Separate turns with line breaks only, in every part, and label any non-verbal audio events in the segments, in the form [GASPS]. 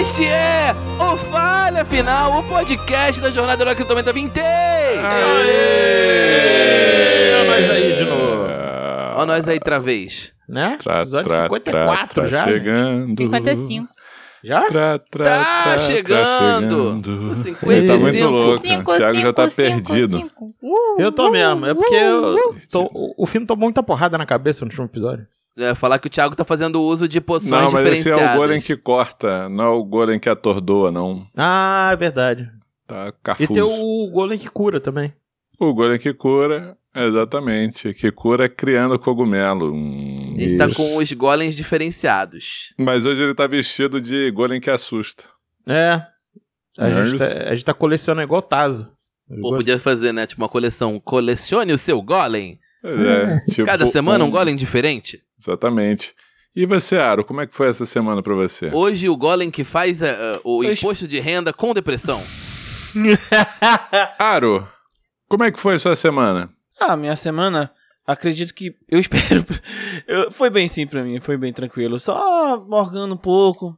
Este é o Falha Final, o podcast da Jornada Heróica do Tormenta 20!
Aê! Nós aí de novo.
Ó nós aí, travês.
Né?
Tra,
Episódio
tra,
54
tra,
já.
Tá chegando.
55.
Já?
Tra, tra,
Tá
tra,
chegando.
chegando. Ele tá muito
55.
louco. o Thiago já tá perdido.
Eu tô mesmo. É porque eu tô- o- o Fino tomou muita porrada na cabeça no último episódio.
É, falar que o Thiago tá fazendo uso de poções
Não, mas esse
diferenciadas.
é o Golem que corta, não é o Golem que atordoa, não.
Ah, é verdade.
Tá
E
cafuso.
tem o Golem que cura também.
O Golem que cura, exatamente, que cura criando cogumelo. Hum,
A gente tá
isso.
com os golems diferenciados.
Mas hoje ele tá vestido de Golem que assusta.
É. A
Nerds.
gente, tá, a gente tá colecionando igual Tazo.
Pô, podia fazer, né? Tipo uma coleção. Colecione o seu golem.
Pois É, tipo,
[LAUGHS] Cada semana um
Golem.
golem diferente.
Exatamente. E você, Aro, como é que foi essa semana pra você?
Hoje o golem que faz é, é, o
Pois-
imposto de renda com depressão.
Aro, como é que foi sua semana?
Ah, minha semana, acredito que. Eu [LAUGHS] espero. eu- foi bem sim pra mim, foi bem tranquilo. Só morgando um pouco.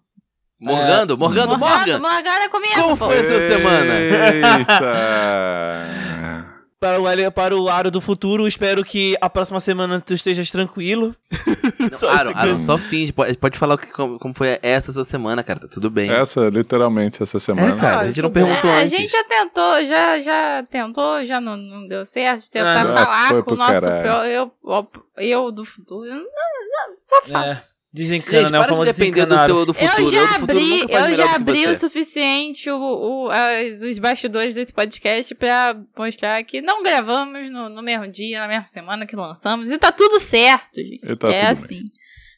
Morgando, morgando,
Morgado,
morgan.
Morgado é comigo,
Como
pô.
foi essa semana? [LAUGHS]
Eita!
Para o, Ale- para o Aro do futuro, espero que a próxima semana tu estejas tranquilo. [LAUGHS] Só
Aaron,
esse
Aaron,
grande-
só finge. Pode, pode falar o que, como, como foi essa sua semana, cara. Tá tudo bem.
Essa, literalmente, essa semana.
É, cara, a
Ah,
gente
eu
não
tô bem.
perguntou
É, a
antes.
gente já tentou, já, já tentou, já não, não deu certo. Tentar
Ah, foi
falar com
pro
o nosso
caralho.
pior, eu, ó, eu do futuro. Não, não, só fala.
É, desencana,
Gente,
né? O
para de
famoso
depender do
desencanar.
seu do futuro.
eu
assim, Eu do
já
futuro
abri,
nunca faz
eu
melhor
já
do que
abri o
você.
suficiente o, o- as- os bastidores desse podcast pra mostrar que não gravamos no, no mesmo dia, na mesma semana que lançamos. E tá tudo certo, gente.
E tá tudo
é
bem.
assim.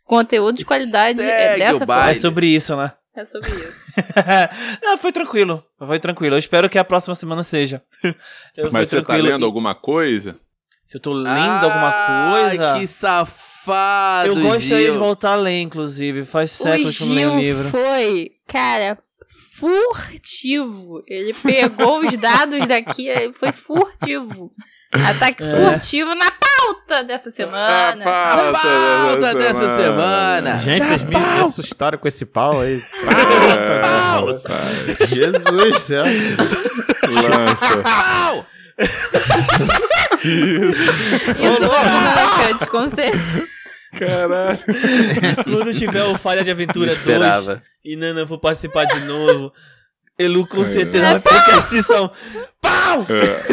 Conteúdo de qualidade é
Segue o
dessa forma.
baile.
É sobre isso, né? [LAUGHS]
É sobre isso.
Não, foi tranquilo. Foi tranquilo. Eu espero que a próxima semana seja. [LAUGHS] Eu
Mas
fui
você tá
tranquilo.
lendo alguma
[LAUGHS]
coisa?
Se eu tô lendo alguma coisa.
Ai, que safado,
Eu gostaria de
Gil.
voltar a ler, inclusive. Faz
o
séculos que eu não leio
Gil
um livro.
foi, cara, furtivo. Ele pegou os dados daqui, ele foi furtivo. Ataque
É.
furtivo na pauta dessa semana.
Ah,
A
pauta
pauta dessa semana.
Gente, vocês me assustaram com esse pau aí. [LAUGHS]
Ah,
É,
Ai, Jesus é. do céu.
lança.
Pau!
Que isso?
Isso foi marcante, com certeza.
Caralho.
[LAUGHS] Quando tiver o Falha de
[LAUGHS]
Aventura
Não
2
esperava.
e Nana, eu vou participar de novo. Elu com
É.
certeza vai pegar esse som. um- Pau!
é.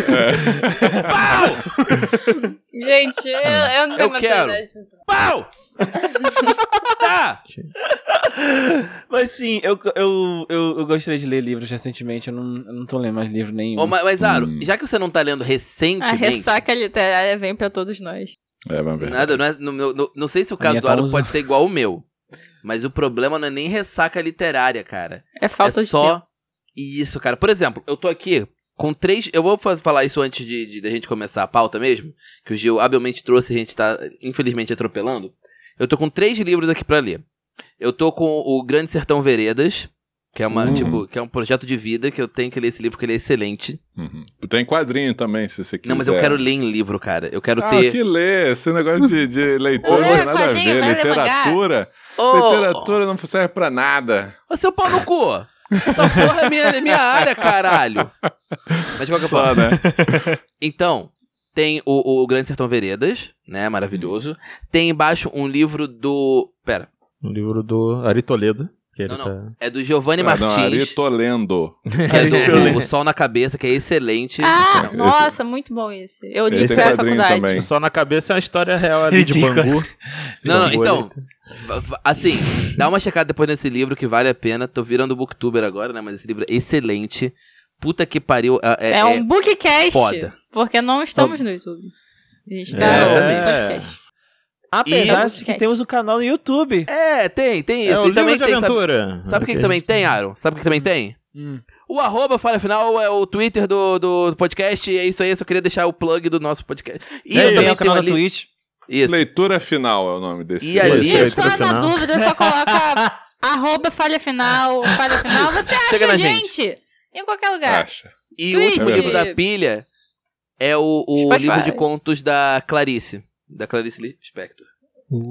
Gente, eu, eu não tenho
Eu
mais
quero.
saudade disso.
Pau! tá!
Mas sim, eu, eu, eu, eu gostaria de ler livros recentemente. Eu não, eu não tô lendo mais livro nenhum.
Ô, mas, mas, Aro,
Hum.
já que você não tá lendo
A
recentemente...
Ah, ressaca literária vem pra todos nós.
É, vamos ver.
Nada, não, é- não, não- não- não sei se o caso
minha
do Aro
causa.
pode ser igual ao meu. Mas o problema não é nem ressaca literária, cara.
É falta
é
de tempo.
só isso, cara. Por exemplo, eu tô aqui com três. Eu vou fa- falar isso antes de, de- da gente começar a pauta mesmo, que o Gil habilmente trouxe e a gente tá, infelizmente, atropelando. Eu tô com três livros aqui pra ler. Eu tô com o Grande Sertão Veredas, que é uma,
Uhum.
tipo, que é um projeto de vida, que eu tenho que ler esse livro porque ele é excelente.
Uhum. Tem quadrinho também, se você quiser.
Não, mas eu quero ler em livro, cara. Eu quero
Ah,
ter.
que ler. Esse negócio de, de leitura não
Ô,
tem nada a
quadrinho,
ver.
vai ler mangá.
Literatura.
Ô,
Literatura não serve pra nada.
ô, seu pau no cu! Essa porra é minha, é minha área, caralho! Mas de qualquer forma.
Só, né?
Então, tem o, o Grande Sertão Veredas, né? Maravilhoso. Tem embaixo um livro do. Pera,
O livro do Ari Toledo. Que ele
Não, não.
tá...
é do Giovanni
Ah, não, Ari
Martins,
Tolendo.
que
[LAUGHS]
é
Toledo.
do o, o Sol na Cabeça, que é excelente.
Ah,
Esse-
nossa, muito bom esse. Eu li
Ele
isso
tem
na
é quadrinho
faculdade.
também.
Só na cabeça é uma história real ali de
Ridículo.
Bangu.
[LAUGHS] Não, não,
Bangu
então,
ali.
V- v- Assim, dá uma checada depois nesse livro que vale a pena. Tô virando booktuber agora, né? Mas esse livro é excelente. Puta que pariu. É, é-
É um bookcast.
foda.
Porque não estamos no YouTube. A gente
É.
tá
Exatamente.
no podcast.
Apesar
e-
de que temos o canal no YouTube.
é, tem, tem isso.
É o
e também
livro de
tem. Sabe,
aventura.
sabe o que, que também tem, Aaron? Sabe o que, que também tem?
Hum.
O arroba Falha Final é o Twitter do, do podcast. E é isso aí. Eu só queria deixar o plug do nosso podcast. E
É
eu também
isso.
Tem o
tenho
isso,
canal na
ali.
Twitch.
Isso.
Leitura final é o nome desse.
E
livro.
ali-
E
Isso
só
aí,
na
tudo final.
dúvida, só coloca [LAUGHS] arroba falha final, falha final. Você acha
Chega na
a
gente.
gente. em qualquer lugar.
Acha.
E o último
Twitch.
livro da pilha é o, o
Spotify.
livro de contos da Clarice. Da Clarice Lispector.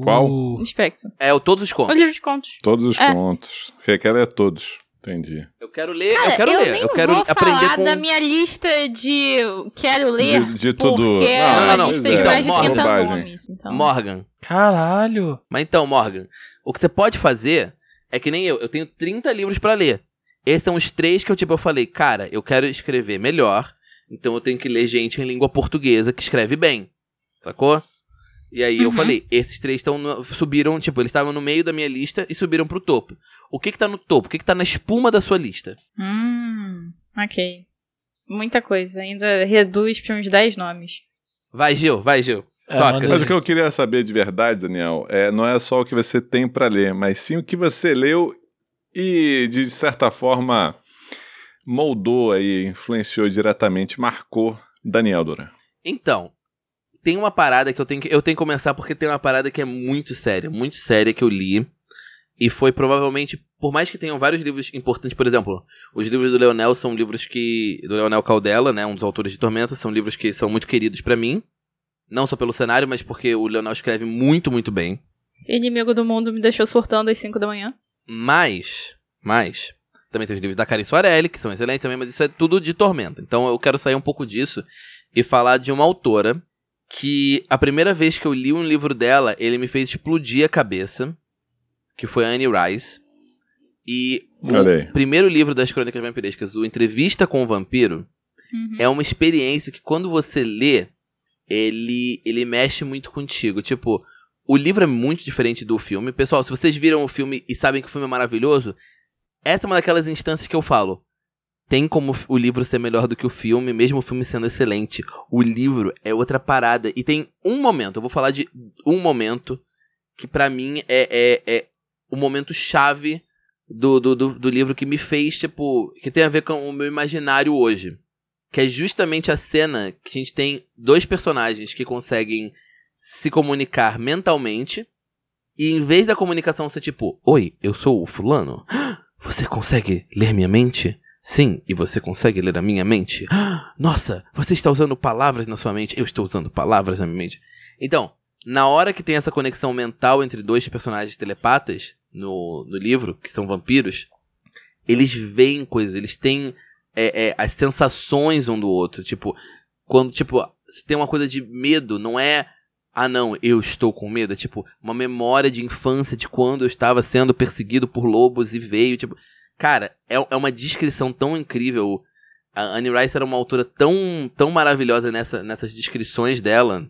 Qual?
Um Espectro.
É o Todos os
O
Contos.
Um livro de contos.
Todos os
É.
contos. Requer é todos. Entendi.
Eu quero ler,
Cara,
eu quero ler.
nem
eu quero
vou
aprender
falar
com.
da minha lista de quero ler.
De- de tudo.
Porque
Não,
é
não,
uma
não.
lista de
Então,
mais de
Morgan.
30
Bobagem.
nomes. Então.
Morgan.
Caralho.
Mas então, Morgan, o que você pode fazer é que nem eu. Eu tenho 30 livros pra ler. Esses são os três que eu, tipo, eu falei, cara, eu quero escrever melhor. Então eu tenho que ler gente em língua portuguesa que escreve bem. Sacou? E aí eu
Uhum.
falei, esses três tão no- subiram, tipo, eles estavam no meio da minha lista e subiram pro topo. O que que tá no topo? O que que tá na espuma da sua lista?
Hum, ok. Muita coisa. Ainda reduz pra uns 10 nomes.
Vai, Gil, vai, Gil. Toca.
manda aí.
Mas o que eu queria saber de verdade, Daniel, é, não é só o que você tem pra ler, mas sim o que você leu e, de certa forma, moldou aí, influenciou diretamente, marcou Daniel Duran.
Então, tem uma parada que eu tenho que, eu tenho que começar porque tem uma parada que é muito séria, muito séria que eu li. E foi provavelmente, por mais que tenham vários livros importantes, por exemplo, os livros do Leonel são livros que. do Leonel Caldela, né? Um dos autores de Tormenta, são livros que são muito queridos pra mim. Não só pelo cenário, mas porque o Leonel escreve muito, muito bem.
Inimigo do mundo me deixou surtando às 5 da manhã.
Mas, mas, também tem os livros da Karen Soarelli, que são excelentes também, mas isso é tudo de Tormenta. Então eu quero sair um pouco disso e falar de uma autora que a primeira vez que eu li um livro dela, ele me fez explodir a cabeça, que foi a Anne Rice. E
Olha
o
aí.
primeiro livro das Crônicas Vampirescas, o Entrevista com o Vampiro,
Uhum.
é uma experiência que quando você lê, ele, ele mexe muito contigo. Tipo, o livro é muito diferente do filme. Pessoal, se vocês viram o filme e sabem que o filme é maravilhoso, essa é uma daquelas instâncias que eu falo. Tem como o livro ser melhor do que o filme, mesmo o filme sendo excelente. O livro é outra parada. E tem um momento, eu vou falar de um momento, que pra mim é, é, é o momento chave do, do, do, do livro que me fez, tipo, que tem a ver com o meu imaginário hoje que é justamente a cena que a gente tem dois personagens que conseguem se comunicar mentalmente e em vez da comunicação ser tipo, oi, eu sou o fulano, [GASPS] você consegue ler minha mente? Sim, e você consegue ler a minha mente? [GASPS] Nossa, você está usando palavras na sua mente, eu estou usando palavras na minha mente. Então, na hora que tem essa conexão mental entre dois personagens telepatas no, no livro, que são vampiros, eles veem coisas, eles têm é, é, as sensações um do outro. Tipo, quando, tipo, se tem uma coisa de medo, não é. Ah, não, eu estou com medo. É tipo, uma memória de infância de quando eu estava sendo perseguido por lobos e veio. Tipo, cara, é, é uma descrição tão incrível. A Anne Rice era uma autora tão, tão maravilhosa nessa, nessas descrições dela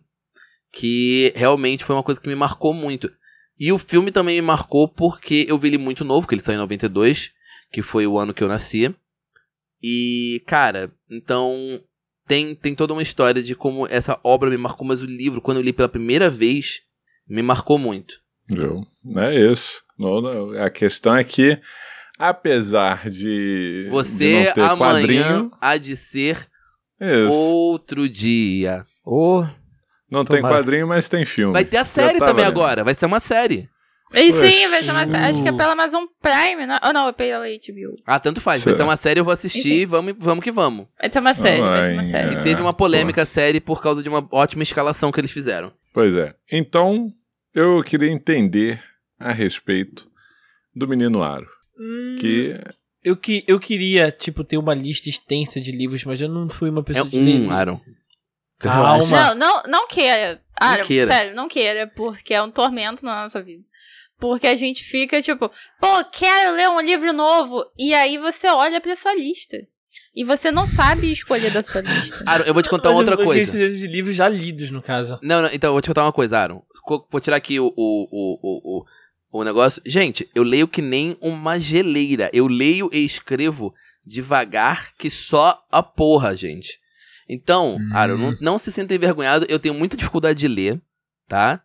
que realmente foi uma coisa que me marcou muito. E o filme também me marcou porque eu vi ele muito novo, que ele saiu em 92, que foi o ano que eu nasci. E, cara, então tem, tem toda uma história de como essa obra me marcou, mas o livro, quando eu li pela primeira vez, me marcou muito.
Viu? É isso. Não, não, A questão é que, apesar de. de
Você
não ter
amanhã
quadrinho,
há de ser
isso.
outro dia.
Ô,
Não tem
Tomara.
quadrinho, mas tem filme.
Vai ter a série
tá
também
valendo.
agora, vai ser uma série.
E
Poxa.
sim, vai ser uma, acho que é pela Amazon Prime. Não, ou não, é pela HBO.
Ah, tanto faz, vai
Será?
ser uma série, eu vou assistir,
é-
Enfim.
vamos, vamos que vamos.
Vai ter uma série, vai ter uma
Ai,
série.
É,
Teve uma polêmica a série por causa de uma ótima escalação que eles fizeram.
Pois é. Então, eu queria entender a respeito do Menino Aro.
Hum,
Que
eu, que, eu queria, tipo, ter uma lista extensa de livros, mas eu não fui uma
É
pessoa de ler.
um, Aaron.
Calma.
Não, não, não queira. Ah,
Não queira.
sério, não queira, porque é um tormento na nossa vida. Porque a gente fica tipo, pô, quero ler um livro novo. E aí você olha pra sua lista. E você não sabe escolher da sua lista.
Aaron, eu vou te contar
Mas
então outra
eu
coisa.
Eu de livros já lidos, no caso.
Não, não, então, eu vou te contar uma coisa, Aaron. Co- Vou tirar aqui o, o, o, o, o, o negócio. Gente, eu leio que nem uma geleira. Eu leio e escrevo devagar que só a porra, gente. Então, Aaron, não, não se sinta envergonhado. Eu tenho muita dificuldade de ler, tá?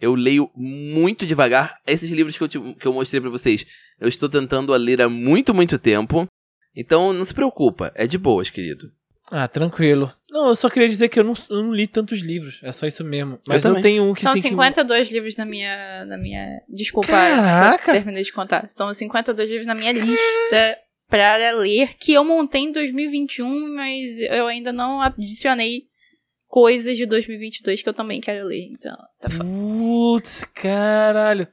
Eu leio muito devagar. Esses livros que eu, te- que eu mostrei pra vocês, eu estou tentando a ler há muito, muito tempo. Então, não se preocupa. É de boas, querido.
Ah, tranquilo. Não, eu só queria dizer que eu não, eu não li tantos livros. É só isso mesmo. Mas eu,
também.
tenho um que
São
sim, que-
52 livros na minha. Na minha desculpa,
Caraca!
eu terminei de contar. São 52 livros na minha lista para ler, que eu montei em 2021, mas eu ainda não adicionei coisas de 2022 que eu também quero ler. Então, tá foda.
Putz, caralho.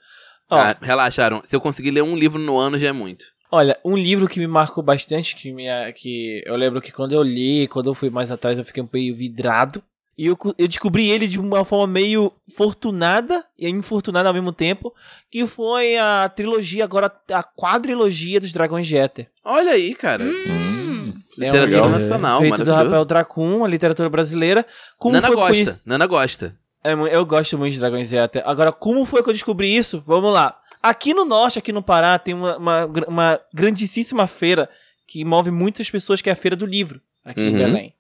Ó,
Ah, relaxa, Aaron. Se eu conseguir ler um livro no ano, já é muito.
Olha, um livro que me marcou bastante, que, me, é, que eu lembro que quando eu li, quando eu fui mais atrás, eu fiquei um meio vidrado. E eu, cu- eu descobri ele de uma forma meio fortunada e infortunada ao mesmo tempo, que foi a trilogia, agora a quadrilogia dos Dragões de Éter.
Olha aí, cara.
Hum.
É um
Literatura
livro
nacional,
feito do Rafael
maravilhoso.
Dracun, a literatura brasileira. Como
Nana
foi que eu
gosta,
conheci-
Nana gosta.
É, mu- eu gosto muito de Dragões de Éter. Agora, como foi que eu descobri isso? Vamos lá. Aqui no norte, aqui no Pará, tem uma, uma, gr- uma grandíssima feira que move muitas pessoas, que é a Feira do Livro, aqui em
Uhum.
Belém.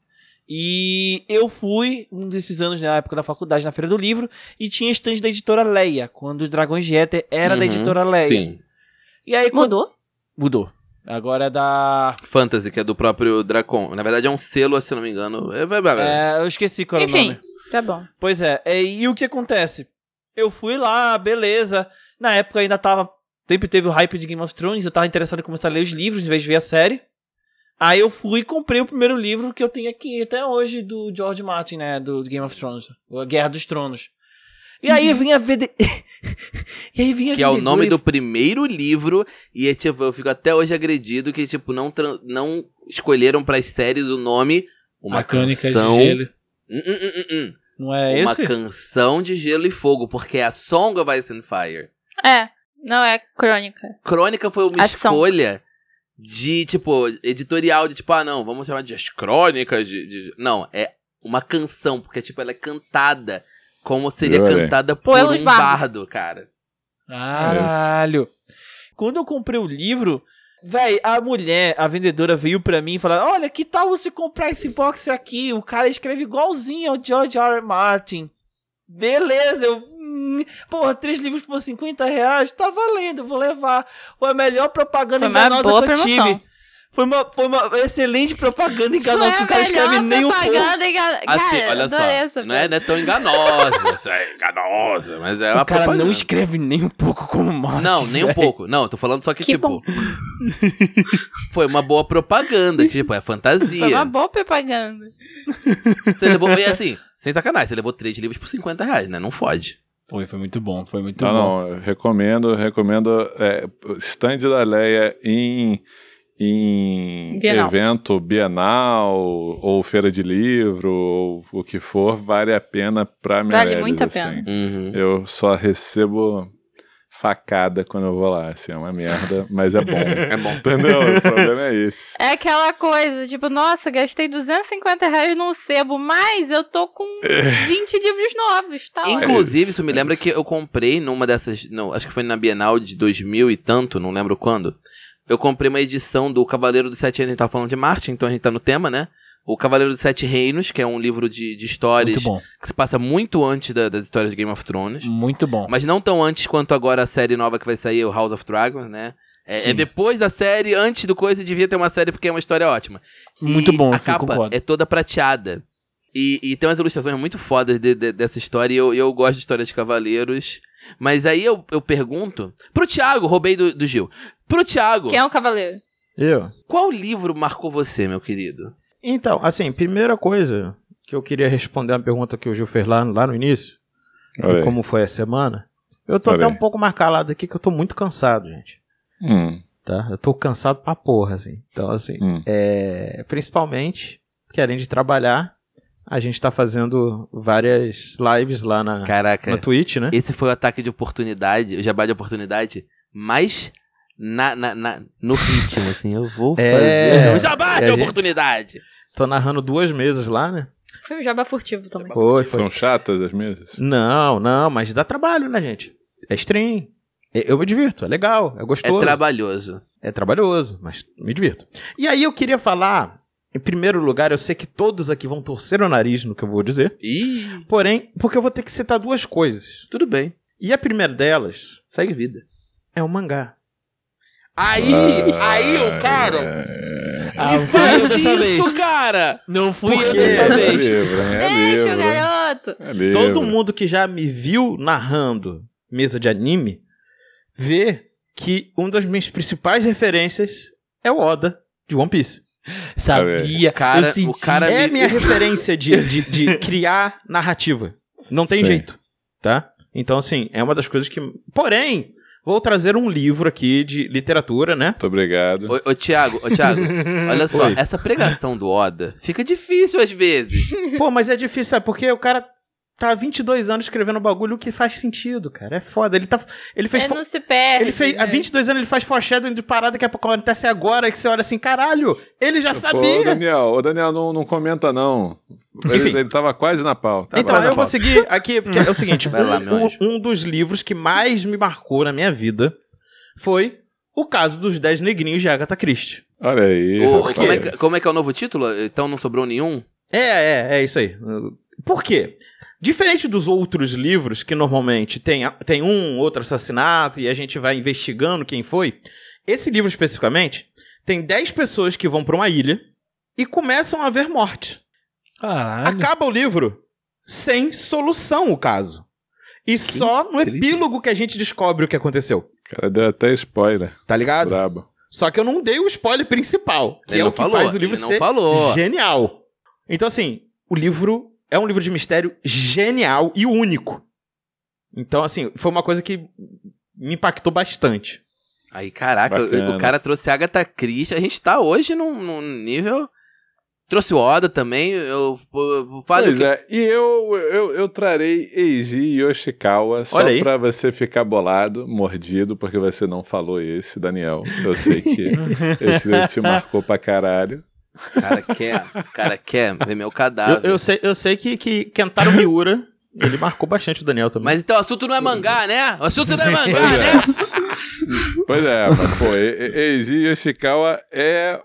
E eu fui, um desses anos, na época da faculdade, na Feira do Livro, e tinha stand da editora Leia, quando os Dragões de Éter era da
Uhum,
editora Leia.
Sim.
E aí, quando...
Mudou?
Mudou. Agora é da.
Fantasy, que é do próprio Dracon. Na verdade é um selo, se eu não me engano. É, vai, vai, vai.
É, eu esqueci qual era o
Enfim.
nome.
Tá bom.
Pois é, é, e o que acontece? Eu fui lá, beleza. Na época ainda tava. Sempre teve o hype de Game of Thrones, eu tava interessado em começar a ler os livros em vez de ver a série. Aí eu fui e comprei o primeiro livro que eu tenho aqui até hoje do George Martin, né? Do, do Game of Thrones. o A Guerra dos Tronos. E aí vinha VD. [LAUGHS] e aí vinha
Uhum. Que é o
vendedor
nome
e-
do primeiro livro. E é, tipo, eu fico até hoje agredido que, tipo, não, tran- não escolheram pras séries o nome. Uma
a Crônica
canção.
de Gelo.
Hum, hum, hum, hum, hum.
Não é
Uma
esse?
canção de gelo e fogo, porque é a Song of Ice and Fire.
É, não é crônica.
Crônica foi uma
A Song.
escolha de, tipo, editorial, de tipo, ah, não, vamos chamar de as crônicas de. de- Não, é uma canção, porque, tipo, ela é cantada como seria
Olha aí.
cantada por
Pelos
um
bardos.
bardo, cara.
É Caralho. Quando eu comprei o livro, véi, a mulher, a vendedora veio pra mim e falou: Olha, que tal você comprar esse box aqui? O cara escreve igualzinho ao George R. R. Martin. Beleza, eu. hum, Porra, três livros por 50 reais? Tá valendo, vou levar. Foi a melhor propaganda
Foi uma
enganosa
boa
que eu
promoção.
tive. Foi uma, foi uma excelente propaganda enganosa que o cara escreve nem o pouco.
engana...
Assim,
Cara,
olha só,
adorei essa
não, é, não é tão enganosa, isso é enganosa, mas é uma
O cara não
propaganda.
escreve nem um pouco como Martin.
Não, nem um
véi.
pouco. Não, eu tô falando só que,
Que
tipo.
bom.
[LAUGHS] foi uma boa propaganda, tipo, é
Foi uma
fantasia.
boa propaganda.
Você levou. E assim, sem sacanagem, você levou três livros por 50 reais, né? Não fode.
Foi, foi muito bom, foi muito
tá
Tá
Não, não, eu recomendo, recomendo é, stand da Leia em, em
Bienal.
evento bienal ou feira de livro ou o que for, vale a pena pra Meirelles,
muito a
assim.
pena.
Uhum.
Eu só recebo facada quando eu vou lá, assim, é uma merda, mas é bom.
[LAUGHS] É bom.
Entendeu? O problema é esse.
É aquela coisa, tipo, nossa, gastei 250 reais num sebo, mas eu tô com 20 livros novos, tá? ótimo.
É. Inclusive, isso me
É
lembra
isso.
que eu comprei numa dessas. Não, acho que foi na Bienal de 2000 e tanto, não lembro quando. Eu comprei uma edição do Cavaleiro dos Sete Reinos, a gente tava falando de Marte, então a gente tá no tema, né? O Cavaleiro dos Sete Reinos, que é um livro de, de histórias
Muito bom,
que se passa muito antes da- das histórias de Game of Thrones.
muito bom.
Mas não tão antes quanto agora a série nova que vai sair, o House of Dragons, né? É, é
Sim.
depois da série, antes do coisa, devia ter uma série porque é uma história ótima. E
Muito bom,
a
sim,
capa
concordo.
é toda prateada. E, e tem umas ilustrações muito fodas de- de- dessa história, e eu, eu gosto de história de cavaleiros. Mas aí eu, eu pergunto, pro Thiago, roubei do, do Gil. Pro Thiago,
Quem é um cavaleiro?
Eu?
qual livro marcou você, meu querido?
Então, assim, primeira coisa que eu queria responder a pergunta que o Gil fez lá, lá no início,
Olha
de
aí.
como foi a semana. Eu tô
Olha
até
aí.
um pouco mais calado aqui, que eu tô muito cansado, gente.
Hum,
Tá? Eu tô cansado pra porra, assim. Então, assim,
hum.
É, principalmente que além de trabalhar, a gente tá fazendo várias lives lá na,
Caraca,
na Twitch, né?
esse foi o ataque de oportunidade, o jabá de oportunidade, mas na, na- na- no ritmo, assim, eu vou fazer.
É,
o jabá
é,
de
gente.
oportunidade!
Tô narrando duas mesas lá, né?
Foi um jabá furtivo também.
Foi, foi.
São chatas as mesas?
Não, não, mas dá trabalho, né, gente? É stream. É- Eu me divirto, é legal, é
É
gostoso.
trabalhoso.
É trabalhoso, mas me divirto. E aí eu queria falar, em primeiro lugar, eu sei que todos aqui vão torcer o nariz no que eu vou dizer,
Ih,
porém, porque eu vou ter que citar duas coisas.
tudo bem.
E a primeira delas
Segue vida.
é o mangá.
Aí,
Ah.
Ah,
aí o cara.
É,
Ah,
me
fui eu
faz
dessa vez.
isso, cara!
Não fui
Por
eu
quê?
dessa
é
vez.
livro, né? é
Deixa o
livro.
garoto!
É livro.
Todo mundo que já me viu narrando mesa de anime vê que uma das minhas principais referências é o Oda de One Piece.
Sabia,
Cara,
Eu senti.
o cara
É
me. [LAUGHS]
a minha referência de, de, de criar narrativa. Não tem
Sim.
jeito, tá? Então, assim, é uma das coisas que. Porém, Vou trazer um livro aqui de literatura,
[LAUGHS]
né?
Muito obrigado.
Ô, ô Thiago, ô Thiago, olha só,
Oi.
essa pregação do Oda fica difícil às vezes.
Pô, mas é difícil, sabe? Porque o cara tá há 22 anos escrevendo um bagulho que faz sentido, cara. É foda. Ele tá. Ele fez.
Ele
fo-
É, não se perde.
Ele fez, há
né?
22 anos ele faz foreshadowing de parada daqui a pouco acontece agora, que você olha assim, caralho, ele
É
já
Pô, ô,
sabia.
Daniel, ô, Daniel não, não comenta, não. Ele,
Enfim.
ele tava quase na pau.
Tá
então,
bom, tá
eu
bom.
vou seguir aqui, porque é o seguinte,
Vai lá,
um-
meu
um,
anjo.
um dos livros que mais me marcou na minha vida foi O Caso dos Dez Negrinhos de Agatha Christie.
Olha aí.
Ô,
rapaz.
como, é que, como é que é o novo título? Então não sobrou nenhum?
É, é, é isso aí. Por quê? Diferente dos outros livros, que normalmente tem, a- tem um outro assassinato e a gente vai investigando quem foi, esse livro especificamente tem 10 pessoas que vão pra uma ilha e começam a ver morte.
Caralho.
Acaba o livro sem solução o caso. E só no
incrível.
epílogo que a gente descobre o que aconteceu,
Cara, deu até spoiler.
tá ligado?
Brabo.
Só que eu não dei o spoiler principal, que
Ele
é
não
o que
falou,
faz o livro
ele não
ser
falou.
genial. Então, assim, o livro é um livro de mistério genial e único. Então, assim, foi uma coisa que me impactou bastante.
Aí, caraca,
Bacana.
o- o cara trouxe Agatha Christie. A gente tá hoje num, num nível. Trouxe o Oda também. Eu, eu, eu falo
Pois
que.
é, e eu, eu, eu trarei Eiji Yoshikawa só
Olha aí.
pra você ficar bolado, mordido, porque você não falou esse, Daniel. Eu
[LAUGHS]
sei que esse livro te marcou pra caralho.
O cara quer, o cara quer ver meu
Eu,
cadáver.
eu sei, eu sei que, que
[LAUGHS]
Kentaro Miura, ele marcou bastante o Daniel também.
Mas então o assunto não é mangá, né? O assunto não é mangá, né?
Pois é, mas, pô, E- E- Eiji Yoshikawa é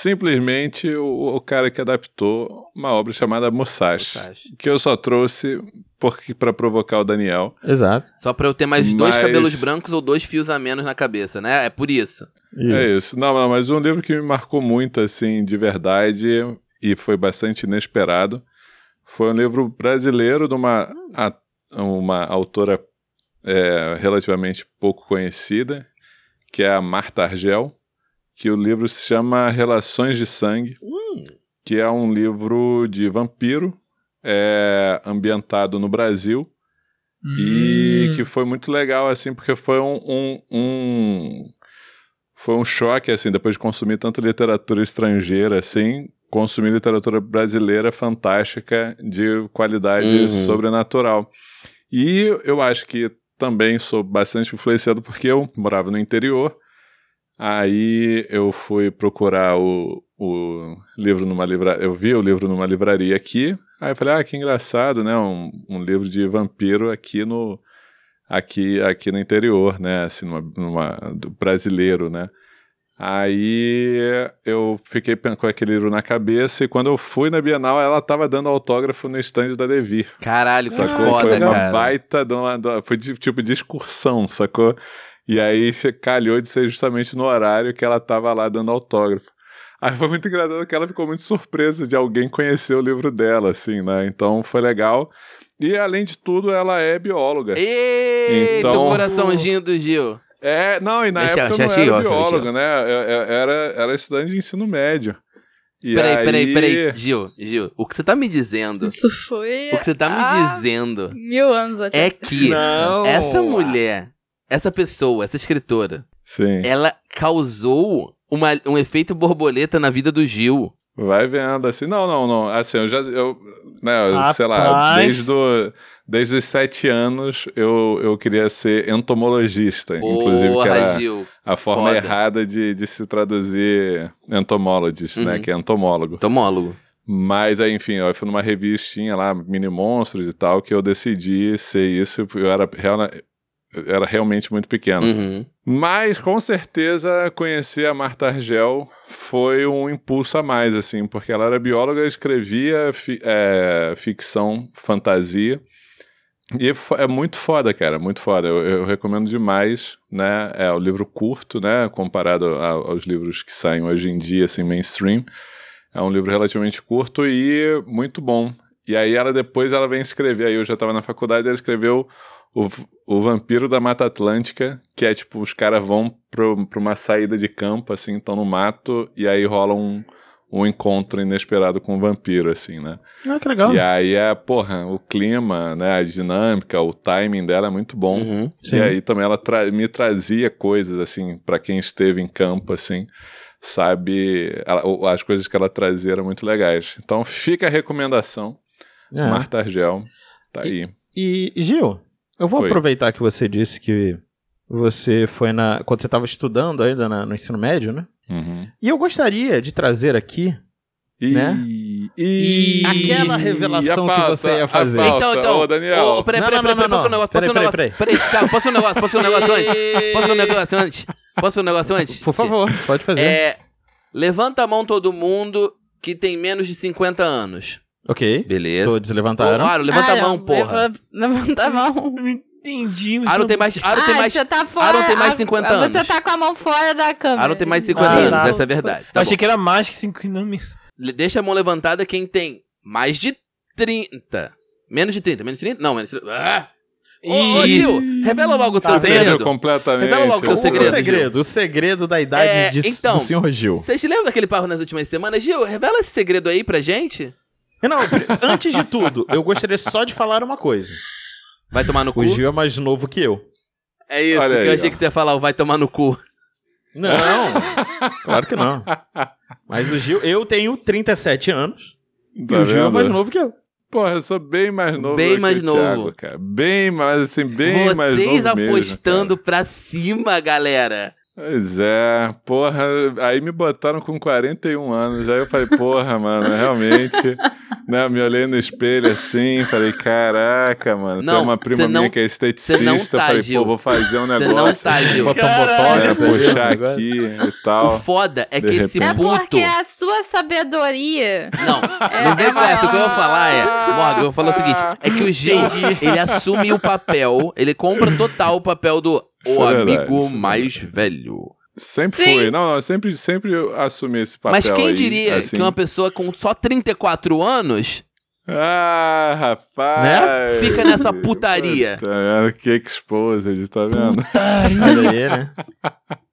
simplesmente o, o cara que adaptou uma obra chamada Musashi,
né?
que eu só trouxe porque para provocar o Daniel.
Exato.
Só pra eu ter mais dois
Mas-
cabelos brancos ou dois fios a menos na cabeça, né? É por isso.
É isso. Não, não, mas um livro que me marcou muito, assim, de verdade, e foi bastante inesperado, foi um livro brasileiro de uma, a- uma autora é, relativamente pouco conhecida, que é a Marta Argel, que o livro se chama Relações de Sangue, que é um livro de vampiro, é, ambientado no Brasil,
Hum.
e
Hum.
que foi muito legal, assim, porque foi um, um, um- Foi um choque, assim, depois de consumir tanta literatura estrangeira, assim, consumir literatura brasileira fantástica, de qualidade
Uhum.
sobrenatural. E eu acho que também sou bastante influenciado porque eu morava no interior. Aí eu fui procurar o, o livro numa livraria. Eu vi o livro numa livraria aqui. Aí eu falei, ah, que engraçado, né? Um, um livro de vampiro aqui no, aqui, aqui no interior, né? Assim, numa, numa- do brasileiro, né? Aí eu fiquei pen- com aquele livro na cabeça e quando eu fui na Bienal, ela tava dando autógrafo no stand da Devir.
Caralho, que
Sacou?
Ah, foda,
foi uma
cara.
baita de uma, de uma- Foi de- tipo de excursão, sacou? E aí che- calhou de ser justamente no horário que ela tava lá dando autógrafo. Aí foi muito engraçado que ela ficou muito surpresa de alguém conhecer o livro dela, assim, né? Então foi legal. E além de tudo, ela é bióloga.
Eita,
Então-
o coraçãozinho do Gil.
É, não, e na
Deixa-
época eu não
deixa
era
aí, ó, deixa
biólogo,
aí.
né? Eu- eu- Era, era estudante de ensino médio. E
Peraí,
aí...
peraí, peraí. Gil, Gil, o que você tá me dizendo?
Isso foi
O que você tá me
Ah.
dizendo
mil anos atrás.
é que
Não.
essa mulher, essa pessoa, essa escritora,
Sim,
ela causou uma, um efeito borboleta na vida do Gil.
vai vendo, assim, não, não, não, assim, eu já, eu, né, eu, sei lá,
Rapaz.
desde, o- desde os sete anos eu, eu queria ser entomologista, inclusive, que é
Porra,
era
Gil.
a forma
foda.
errada de, de se traduzir entomologist, né,
Uhum.
que é entomólogo.
Tomólogo.
Mas aí, enfim, ó, eu fui numa revistinha lá, Mini Monstros e tal, que eu decidi ser isso. Eu era, real- eu era realmente muito pequeno.
Uhum.
Mas com certeza conhecer a Marta Argel foi um impulso a mais, assim, porque ela era bióloga, escrevia fi- é, ficção, fantasia. E é fo- é muito foda, cara, muito foda. Eu, eu recomendo demais, né? É o livro curto, né? Comparado a- aos livros que saem hoje em dia, assim, mainstream. É um livro relativamente curto e muito bom. E aí ela depois ela vem escrever. Aí eu já estava na faculdade, ela escreveu o, V- o Vampiro da Mata Atlântica, que é tipo, os caras vão pro- pra uma saída de campo, assim, estão no mato, e aí rola um, um um encontro inesperado com um vampiro, assim, né?
Ah, que legal.
E aí é, porra, o clima, né? A dinâmica, o timing dela é muito bom.
Uhum.
Sim.
E aí também ela tra- me trazia coisas, assim, pra quem esteve em campo, assim, sabe, ela- o- as coisas que ela trazia eram muito legais. Então fica a recomendação,
É.
Marta Argel, tá aí.
E, Gil, eu vou
Oi.
aproveitar que você disse que você foi na. Quando você estava estudando ainda na- no ensino médio, né?
Uhum.
E eu gostaria de trazer aqui.
E,
Né?
e-
Aquela revelação
e a
que
pauta,
você ia
a
fazer.
pauta.
Então, então.
Ô, Daniel.
Ô, peraí,
Não,
peraí, peraí,
não, não,
peraí,
não,
passa um
não.
negócio, passa um
Peraí,
negócio.
peraí,
Peraí, Thiago, passa um negócio, passa um negócio antes. Passa um negócio antes. Passa um negócio antes.
Por favor, pode fazer.
É. Levanta a mão todo mundo que tem menos de 50 anos.
Ok.
Beleza.
Todos levantaram.
Claro, É, levanta
Ah,
a mão,
não,
porra.
leva- Levanta a mão.
Não entendi. mas
Aro
não-
tem mais. Aro tem
Ah,
mais.
você tá fora.
Aaron tem mais
a-
50
Você
anos.
tá com a mão fora da câmera.
Aro tem mais 50
Ah,
anos,
tá.
essa é a verdade.
Eu
Tá
achei
bom.
que era mais que 5 não me.
Le- Deixa a mão levantada quem tem mais de 30. Menos de 30, menos de 30? Não, menos de 30. Ah! Ô, ô,
Ih.
tio, revela logo o teu
Tá vendo?
Perdeu
segredo.
completamente.
Revela logo
O
seu
o segredo,
segredo,
o segredo, da idade
É,
de,
então-
do senhor Gil.
Vocês lembram daquele papo nas últimas semanas? Gil, revela esse segredo aí pra gente.
Não, pri- antes de tudo, eu gostaria só de falar uma coisa.
Vai tomar no cu.
O Gil é mais novo que eu.
É isso,
Olha
que
aí,
eu achei
ó.
que você ia falar, o vai tomar no cu. [LAUGHS]
Não, claro que não. Mas o Gil, eu tenho 37 anos e
Tá
o Gil é
vendo?
mais novo que eu.
Porra, eu sou bem mais novo.
Bem
do que
mais
o
novo.
Thiago, cara. Bem mais, assim, bem mais novo.
Vocês
mesmo,
apostando pra cima, galera.
cara. Pois é, porra. Aí me botaram com 41 anos. Aí eu falei, porra, mano,
[LAUGHS]
realmente. né, me olhei no espelho assim, falei, caraca, mano.
Não,
tem uma prima
cê não-
minha que é esteticista.
cê não tá,
falei,
Gil.
pô, vou fazer um
Cê
negócio.
não tá, Gil.
Botar
Caralho.
né,
um botox ali,
puxar
um negócio.
aqui e
O
tal.
foda é que
De
esse
É
repente.
puto.
porque a É. sua sabedoria.
Não, não vem com essa. O que eu vou falar é. Morgan, eu vou falar o seguinte: é que o Gil, ele assume o papel, ele compra total o papel do
Isso
o
é verdade,
amigo
isso é
mais velho.
Sempre
Sim.
fui. Não, não, sempre, sempre eu assumi esse papel.
Mas quem
aí,
diria
assim.
que uma pessoa com só 34 anos
Ah, rapaz!
Né?
Fica nessa putaria.
Tá vendo? Que exposed, tá vendo?
Olha aí, né?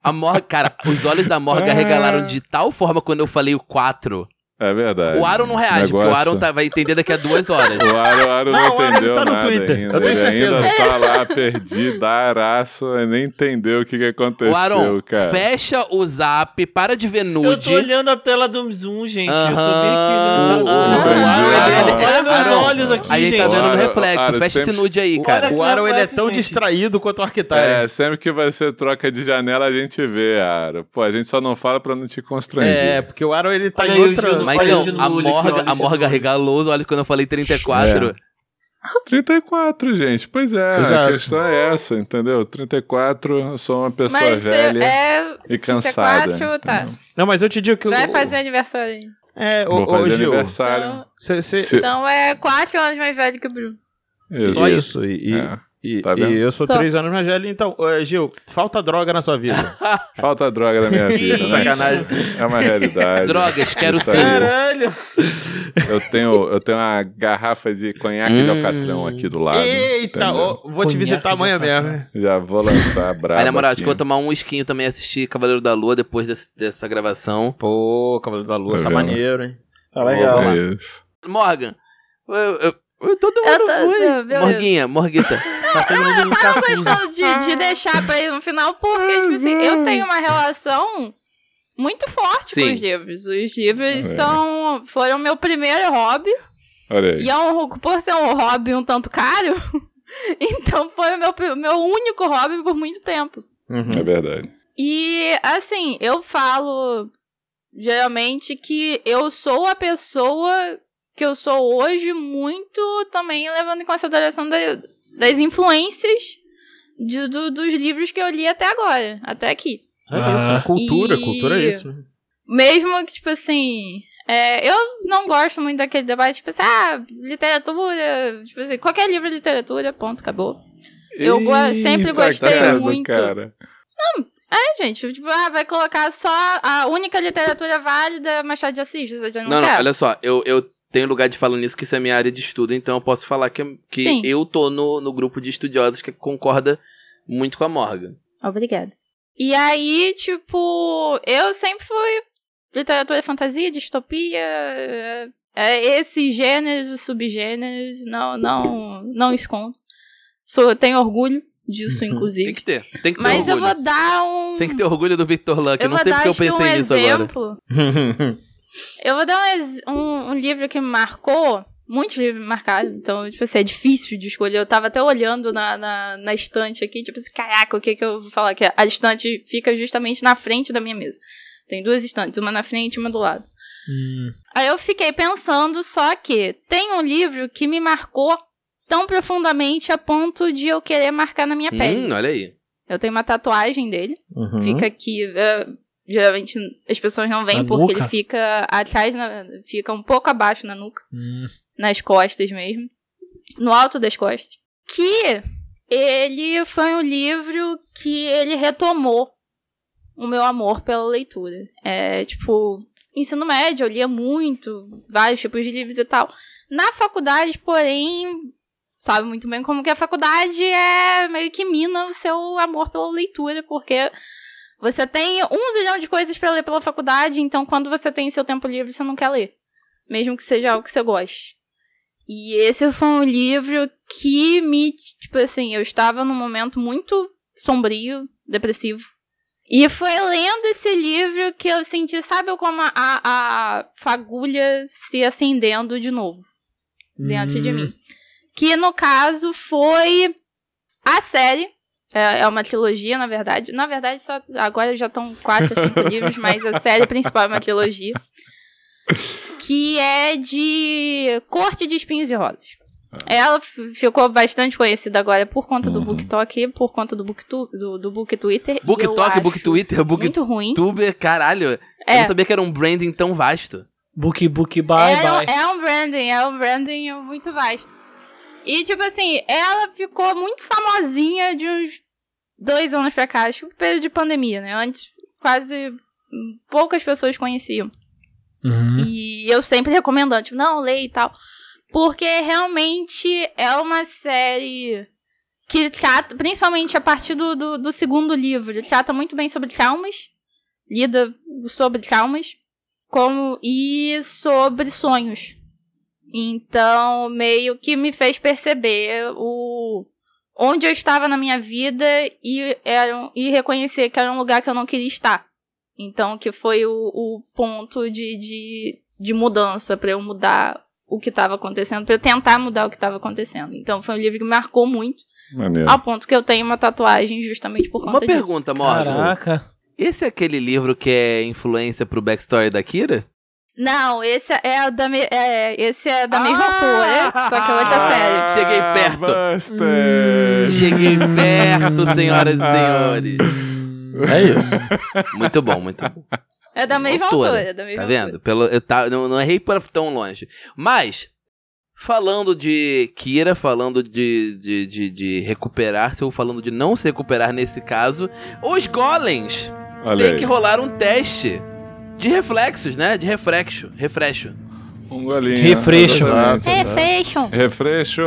A Morgan, cara, os olhos da Morgan
É.
Ah.
regalaram de tal forma quando eu falei o 4.
É verdade.
O Aaron não reage, porque o
Negócio-
Aaron tá- vai entender daqui a duas horas.
O Aaron, o Aaron não,
Não, o Aaron
entendeu
tá no
nada
Twitter,
ainda.
eu tenho
Ele
certeza.
ainda tá lá perdido, araço, nem entendeu o que, que aconteceu,
o Aaron,
cara. É,
fecha o zap, para de ver nude.
Eu tô olhando a tela do Zoom, gente. Eu tô
Aham.
meio que olhando.
Aham.
Ah, Olha,
Aham.
olha, olha meus
Aham.
olhos aqui,
Aí
gente.
tá vendo no
Aaron,
reflexo.
Aaron,
Fecha esse
sempre-
nude aí, cara.
Olha
O Aaron ele é
Reflexo,
tão
gente.
distraído quanto o Arquitário.
É, sempre que vai ser troca de janela, a gente vê, Aaron. Pô, a gente só não fala pra não te constranger.
É, porque o Aaron ele tá
Olha
em
aí o
outra.
Gil no-
Mas
Olha
então,
de
a
nude aqui,
Morga,
olha
a
de
Morga
nude.
regalou os olhos quando eu falei
É,
34.
34, gente. Pois é, a
Exato.
questão é essa, entendeu? 34, eu sou uma pessoa
Mas
velha
você é.
e cansada.
34, tá.
Não, mas eu te digo que o.
Vai fazer aniversário. aí.
É,
Vou
o,
fazer
Gil.
aniversário.
Então,
cê- cê-
Se-
então é 4 anos mais velho que o Bruno.
Isso.
então, Só isso. E,
É.
e-
Tá
e
vendo?
eu sou
Só.
três anos mais velho, então, ô, Gil, falta droga na
[LAUGHS]
sua vida.
Falta droga na
[LAUGHS]
minha vida, né?
Sacanagem.
É uma realidade.
Drogas, quero
Isso
sim.
aí. é
Caralho.
Eu tenho, eu tenho uma garrafa de conhaque de
Hum.
alcatrão aqui do lado.
Eita,
entendeu?
ó, vou te
Conhaque
visitar
de
amanhã
alcatrão.
mesmo.
Já vou lançar brabo assim.
Aí, na moral, acho que
aqui.
eu vou tomar um esquinho também e assistir Cavaleiro da Lua depois desse- dessa gravação.
Pô, Cavaleiro da Lua,
Tá
tá,
vendo?
maneiro, hein?
Tá
legal.
legal.
tomar.
É isso.
Morgan, eu, eu, eu- todo
Eu
mundo
tô- não,
foi.
beleza.
Morguinha,
[LAUGHS]
Morguita.
Tá todo mundo no
Eu
Carrefour.
gosto de,
Ah.
de deixar pra ir no final, porque, tipo assim, eu tenho uma relação muito forte
Sim.
com os livros. Os livros
É.
são, foram meu primeiro hobby.
Olha aí.
E é um, por ser um hobby um tanto caro, [LAUGHS] então foi o meu, pri- meu único hobby por muito tempo.
Uhum.
É verdade.
E, assim, eu falo geralmente que eu sou a pessoa que eu sou hoje, muito também levando em consideração da- das influências de- do- dos livros que eu li até agora, até aqui.
É isso, é cultura,
E-
cultura é isso. né?
Mesmo que, tipo assim. é, eu não gosto muito daquele debate, tipo assim, ah, literatura, tipo assim, qualquer livro é literatura, ponto, acabou. Eu go- sempre
Eita,
gostei
cara do
muito.
tá Cara.
É, gente, tipo, ah, vai colocar só a única literatura válida é Machado de Assis, você já não,
Não, não,
quer.
olha só, eu, eu tenho lugar de falar nisso, que isso é minha área de estudo, então eu posso falar que, que
Sim.
eu tô no, no grupo de estudiosos que concorda muito com a Morgan.
Obrigada. E aí, tipo, eu sempre fui literatura fantasia, distopia, é, é, esses gêneros, os subgêneros, não, não, não escondo. Sou, tenho orgulho disso, inclusive.
Uhum. Tem que ter. Tem que ter
Mas eu
orgulho.
vou dar um.
Tem que ter orgulho do Victor Luck. É Eu não
vou
sei
dar,
porque eu
acho que,
pensei
um
nisso agora.
exemplo. Eu vou dar um, ex- um- um livro que me marcou. Muitos livros me marcaram, então, tipo assim, é difícil de escolher. Eu tava até olhando na, na, na estante aqui, tipo assim, caraca, o que que eu vou falar? Que a estante fica justamente na frente da minha mesa. Tem duas estantes, uma na frente e uma do lado. Aí eu fiquei pensando, só que tem um livro que me marcou tão profundamente a ponto de eu querer marcar na minha pele.
Hum, olha aí.
Eu tenho uma tatuagem dele.
Uhum.
Fica aqui. é, geralmente as pessoas não veem
Na
porque
nuca?
ele fica atrás, na- fica um pouco abaixo na nuca, nas costas mesmo. No alto das costas. Que ele foi um livro que ele retomou o meu amor pela leitura. É tipo. Ensino médio, eu lia muito, vários tipos de livros e tal. Na faculdade, porém, sabe muito bem como que a faculdade é meio que mina o seu amor pela leitura, porque você tem um zilhão de coisas pra ler pela faculdade, então quando você tem seu tempo livre, você não quer ler. Mesmo que seja algo que você goste. E esse foi um livro que me, tipo assim, eu estava num momento muito sombrio, depressivo. E foi lendo esse livro que eu senti, sabe, como a, a, a fagulha se acendendo de novo dentro de mim. Que no caso foi a série. É é uma trilogia, na verdade. Na verdade, só agora já estão quatro ou cinco livros, mas a série principal é uma trilogia. Que é de Corte de Espinhos e Rosas. Ela f- ficou bastante conhecida agora por conta do
Uhum.
BookTok e por conta do Book, do, do book Twitter. e eu
BookTok,
acho
Book Twitter, Booktuber,
Muito ruim.
caralho. Eu
É.
não sabia que era um branding tão vasto.
Book, book, bye,
é,
bye.
Um, é um branding, é um branding muito vasto. E, tipo assim, ela ficou muito famosinha de uns dois anos pra cá, acho que um período de pandemia, né? Antes, quase hum, poucas pessoas conheciam.
Uhum.
E eu sempre recomendando, tipo, não, leia e tal. Porque realmente é uma série que trata, principalmente a partir do, do, do segundo livro, trata muito bem sobre traumas, lida sobre traumas, como e sobre sonhos. Então, meio que me fez perceber o onde eu estava na minha vida e, era, um- e reconhecer que era um lugar que eu não queria estar. Então, que foi o, o ponto de, de, de mudança pra eu mudar o que estava acontecendo, pra eu tentar mudar o que estava acontecendo. Então, foi um livro que me marcou muito,
É.
Maneiro.
ao ponto que eu tenho uma tatuagem justamente por conta
Uma
disso.
pergunta, Morgan.
Caraca.
Esse é aquele livro que é influência pro backstory da Kira?
Não, esse é o da, me- é, esse é da mesma autora, só que é outra
Ah!
série.
Cheguei perto.
Basta.
Hum.
Cheguei perto, senhoras e senhores.
[LAUGHS]
É
Hum.
isso.
Muito bom, muito bom.
É da mesma
Autora,
autora. da mesma
Tá vendo? Pelo, eu tá, não, não errei para tão longe. Mas, falando de Kira, falando de, de, de, de recuperar-se, ou falando de não se recuperar nesse caso, os golems
Olha
têm
aí.
que rolar um teste de reflexos, né? De refrexo, refresho.
Um golinho.
Refresho.
Exatamente.
É fashion.
Refresho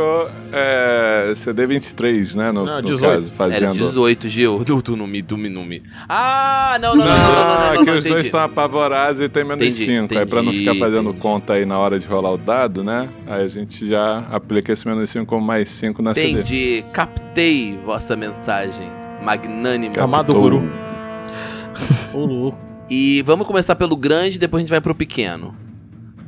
é CD23, né? No,
Não,
no
18.
caso,
Era
fazendo.
18, Gil. Tu, tu não me, tu me, não me. Ah, não, não, não, não, não, não, não,
Não, é
não,
que os dois
entendi.
estão apavorados e tem menos
Entendi,
5. Aí pra não
entendi,
ficar fazendo
entendi.
conta aí na hora de rolar o dado, né? Aí a gente já aplica esse menos 5 como mais 5 na CD.
Entendi, captei vossa mensagem, magnânimo.
Captou.
Amado guru.
Ô, louco.
E vamos começar pelo grande, depois a gente vai pro pequeno.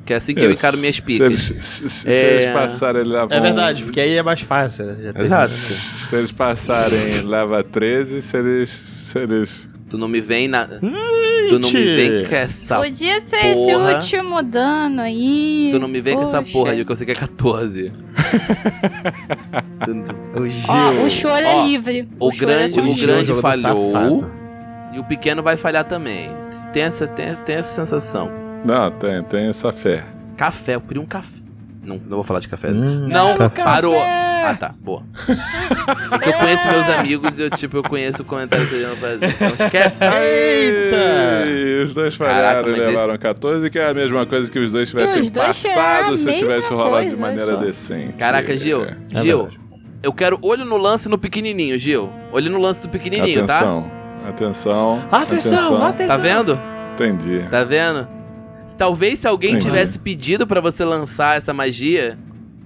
Que é assim que eu
Isso.
encaro minhas
Se eles,
picas.
se, se
É.
eles passarem, eles levam.
É verdade, porque aí é mais fácil. né? Já tem-
Exato.
Se eles passarem, leva 13. Se eles. Se eles
Tu não me vem na. Tu não me vem com essa.
Podia ser
porra.
esse último dano aí.
Tu não me vem com essa
Poxa.
porra de que eu sei que é
[LAUGHS]
14. Tu- tu-
O Gil.
Ó, o choro
Ó,
é livre.
o
choro é
grande-
com
o
Gil.
grande-
jogador
falhou.
safado.
E o pequeno vai falhar também. Tem essa, tem, tem essa sensação.
não, tem, tem essa fé.
Café, eu queria um café. Não, não vou falar de café.
Hum,
não,
café.
parou. Ah tá, boa. É que eu conheço meus amigos e eu, tipo, eu conheço o comentário que eles vão fazer. Então esquece.
Eita!
E os dois
Caraca,
falharam e
mas
levaram 14, que é a mesma coisa que os dois tivessem
os dois tiraram
passado
a
se eu tivesse
mesma
rolado de
coisa,
maneira
olha só.
decente.
Caraca, Gil.
É.
É
Gil,
verdade.
eu quero olho no lance no pequenininho, Gil. Olho no lance do pequenininho, tá?
Atenção, atenção,
Atenção, atenção.
Tá vendo?
Entendi.
Tá vendo? Talvez se alguém
Entendi.
tivesse pedido pra você lançar essa magia.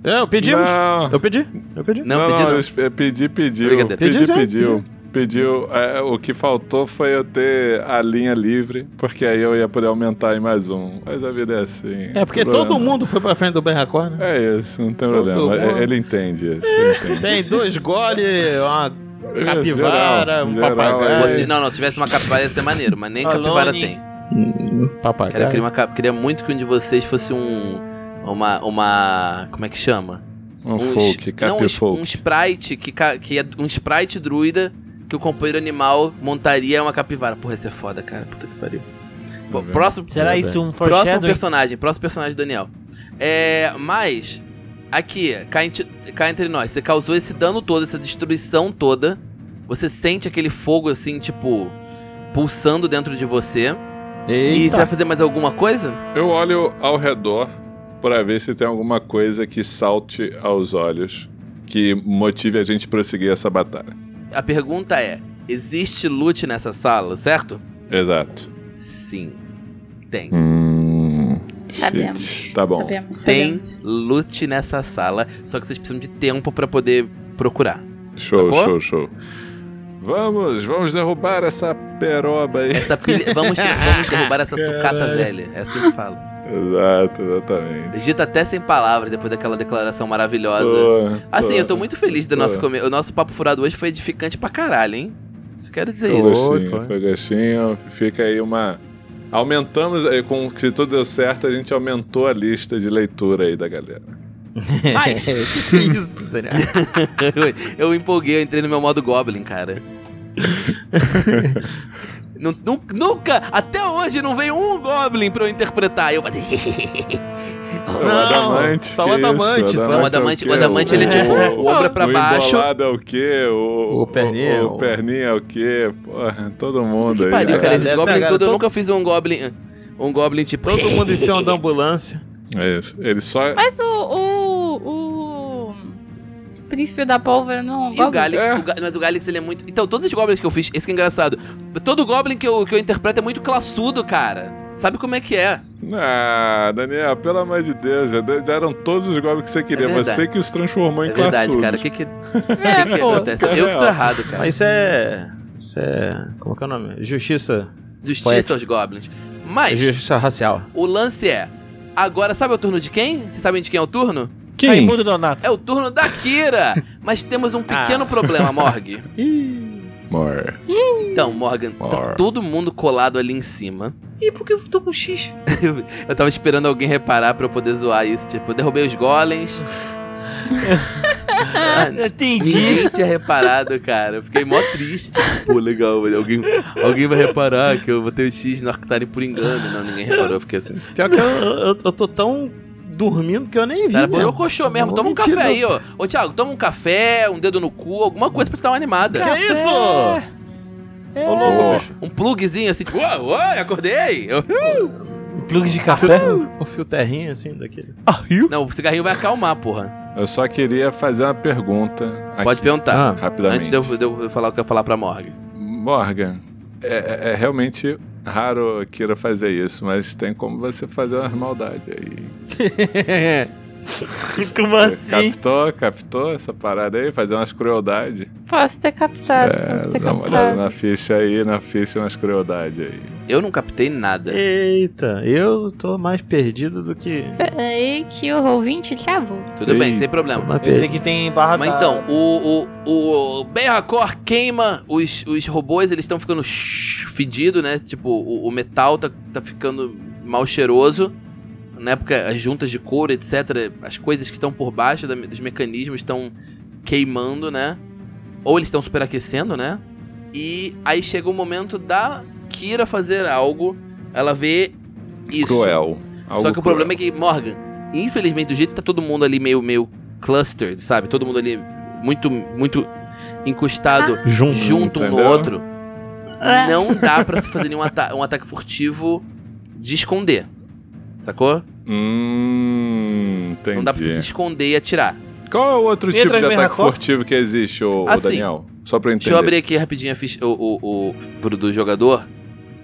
É, eu pedimos.
Ah.
Não.
Eu pedi. Eu pedi.
Não, pedi não.
eles pe- Pedi, pediu.
Brincadeira.
Pedi,
Pedi,
sim.
pediu. Pediu. É, o que faltou foi eu ter a linha livre, porque aí eu ia poder aumentar em mais um. Mas a vida é assim.
É porque
Não tem
todo
problema.
mundo foi pra frente do Ben Record, né?
É isso, não tem
Todo
problema.
mundo.
É, Ele entende isso. ele entende.
Tem dois gole, uma
É,
capivara,
geral,
um
geral,
papagaio.
é.
Você- não, não, se tivesse uma capivara ia ser maneiro, mas nem
Alone.
capivara tem.
Tá
Cara, eu queria,
Um Papagaio.
uma cap- queria muito que um de vocês fosse um. Uma. uma como é que chama?
Um
es-
folk,
não,
cap
um, es-
folk.
um sprite que, ca- que é um sprite druida que o companheiro animal montaria uma capivara. Porra, isso é foda, cara. Puta que pariu. Pô,
Tá vendo?
próximo,
Será isso um
próximo
foreshadowing?
personagem, próximo personagem, Daniel. É, mas aqui, cá, ente- cá entre nós, você causou esse dano todo, essa destruição toda. Você sente aquele fogo assim, tipo, pulsando dentro de você. E você vai fazer mais alguma coisa?
Eu olho ao redor para ver se tem alguma coisa que salte aos olhos que motive a gente prosseguir essa batalha.
A pergunta é: existe loot nessa sala, certo?
Exato.
Sim. Tem.
Hum.
Sabemos.
shit. Tá bom.
Sabemos,
Tem
sabemos.
loot nessa sala, só que vocês precisam de tempo pra poder procurar.
Show,
Sacou?
show, show. Vamos, vamos derrubar essa peroba aí.
[LAUGHS] Essa pilha- vamos, vamos derrubar essa sucata velha, é assim que eu falo.
Exato, exatamente.
Digita até sem palavras depois daquela declaração maravilhosa.
Tô-
Assim,
tô-
eu tô muito feliz do nosso
Tô.
come... O nosso papo furado hoje foi edificante pra caralho, hein? Isso quero dizer
Foi
isso.
Foi,
gostinho,
foi.
foi. gostinho. Fica aí uma. Aumentamos aí, com se tudo deu certo, a gente aumentou a lista de leitura aí da galera.
Mas-
que isso, Daniel?
é [LAUGHS] eu me empolguei, eu entrei no meu modo Goblin, cara. Nu- nu- nunca, até hoje, não veio um Goblin pra eu interpretar. Eu falei. [LAUGHS]
É o Adamante.
só o
que isso?
adamante, só o
adamante.
é
O adamante,
ele é tipo,
O-
o ombro pra baixo.
O embolado é o quê? O,
O perninha,
O, o perninha é o quê? Porra, todo mundo
Que
aí. né?
pariu, cara. Esses
Galera,
Goblin
galera,
tudo, eu
todo-
nunca fiz um Goblin. Um Goblin
[LAUGHS]
tipo.
Todo mundo em cima da ambulância.
É isso. Ele só.
Mas o, o, o príncipe da pólvora não é um
E o
goblin?
Galix,
É.
o Ga- mas o Galix ele é muito. Então, todos os goblins que eu fiz, esse que é engraçado. Todo goblin que eu, que eu interpreto é muito classudo, cara. Sabe como é que é?
Ah, Daniel, pelo amor de Deus, já de- deram todos os golpes que você queria.
É verdade.
você que os transformou em
É verdade,
classudos.
cara. O que que, o que,
É,
que
pô.
acontece? Eu que tô errado, cara.
Mas isso é. Isso é. Como que é o nome? Justiça.
Justiça aos goblins. Mas,
Justiça racial.
o lance é. Agora, sabe o turno de quem? Vocês sabem de quem é o turno?
Quem? Raimundo Donato.
É o turno da Kira! Mas temos um
Ah.
pequeno problema, Morg.
[LAUGHS]
More.
Então, Morgan, tá
Morg.
todo mundo colado ali em cima.
Ih, por que eu tô com X?
Eu tava esperando alguém reparar pra eu poder zoar isso. Tipo, eu derrubei os golems.
[LAUGHS]
Ah,
Entendi.
Ninguém tinha reparado, cara. Eu fiquei mó triste. Tipo, pô, legal, mas alguém, alguém vai reparar que eu botei o X no Arctari por engano. Não, ninguém reparou. Eu fiquei assim.
Pior que eu, eu, eu tô tão dormindo que eu nem vi.
Cara, pô,
mesmo.
eu coxou mesmo.
Não,
Toma um
mentira,
café aí, ó. Ô, Thiago, toma um café, um dedo no cu, alguma coisa pra você dar uma animada.
Que isso?
É.
Ô, louco, bicho.
Um plugzinho assim, tipo, uou, uou, acordei. Eu-
É. Plug de
tá
café?
O fio terrinho, assim,
[LAUGHS]
daquele.
Não, o cigarrinho vai acalmar, porra.
Eu só queria fazer uma pergunta. aqui,
Pode perguntar.
Ah,
Rapidamente.
Antes de eu, de eu falar o que eu ia falar pra Morgan.
Morgan, é, é realmente raro eu queira fazer isso, mas tem como você fazer umas maldades aí.
Como assim?
Captou, captou essa parada aí? Fazer umas crueldades?
assim.
Posso ter captado, posso
É,
ter
dá uma olhada
tá captado.
na ficha aí, na ficha umas crueldades aí.
Eu não captei nada.
É.
Eita, eu tô mais perdido do que.
Peraí que o Roll20 travou.
Tudo bem, sem
Eita,
problema.
mais
Eu sei
perdido.
que tem barra
Mas
da-
então, o, o, o Berracor queima os, os robôs, eles estão ficando sh- fedido, né? Tipo, o, o metal tá, tá ficando mal cheiroso. Na época, as juntas de couro, etc., as coisas que estão por baixo da- dos mecanismos estão queimando, né? Ou eles estão superaquecendo, né? E aí chega o momento da Kira fazer algo. Ela vê isso.
Cruel.
Só que o problema é que, Morgan, infelizmente, do jeito que tá todo mundo ali meio, meio clustered, sabe? Todo mundo ali muito, muito encostado
Junto.
junto um no
entendeu?
outro.
É.
Não dá pra se fazer nenhum ata- um ataque furtivo de esconder. Sacou?
Hum, entendi.
Não dá pra você se esconder e atirar.
Qual é o outro
Entra
tipo de
as
ataque
Merracor?
furtivo que existe, ô, ô
Assim,
Daniel? Só pra eu entender.
Deixa eu abrir aqui rapidinho a ficha, o, o, o- pro do jogador.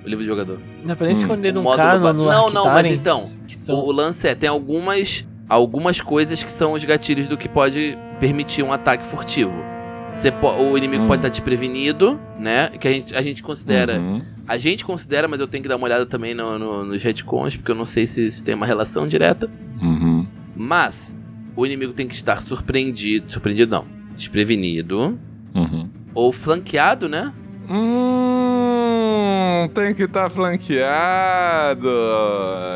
livro de jogador.
Dá pra nem
Hum.
esconder de
O
um
módulo
cara
ba-
no
Não, não, mas
Arctaren,
então,
que
O,
são-
o lance é, tem algumas, algumas coisas que são os gatilhos do que pode permitir um ataque furtivo. Você po- o inimigo
Hum.
pode estar desprevenido, né? Que a gente, a gente considera.
Uhum.
A gente considera, mas eu tenho que dar uma olhada também no, no- nos retcons, porque eu não sei se isso tem uma relação direta.
Uhum.
Mas o inimigo tem que estar surpreendido. Surpreendido não. Desprevenido.
Uhum.
Ou flanqueado, né?
Hum, tem que estar flanqueado.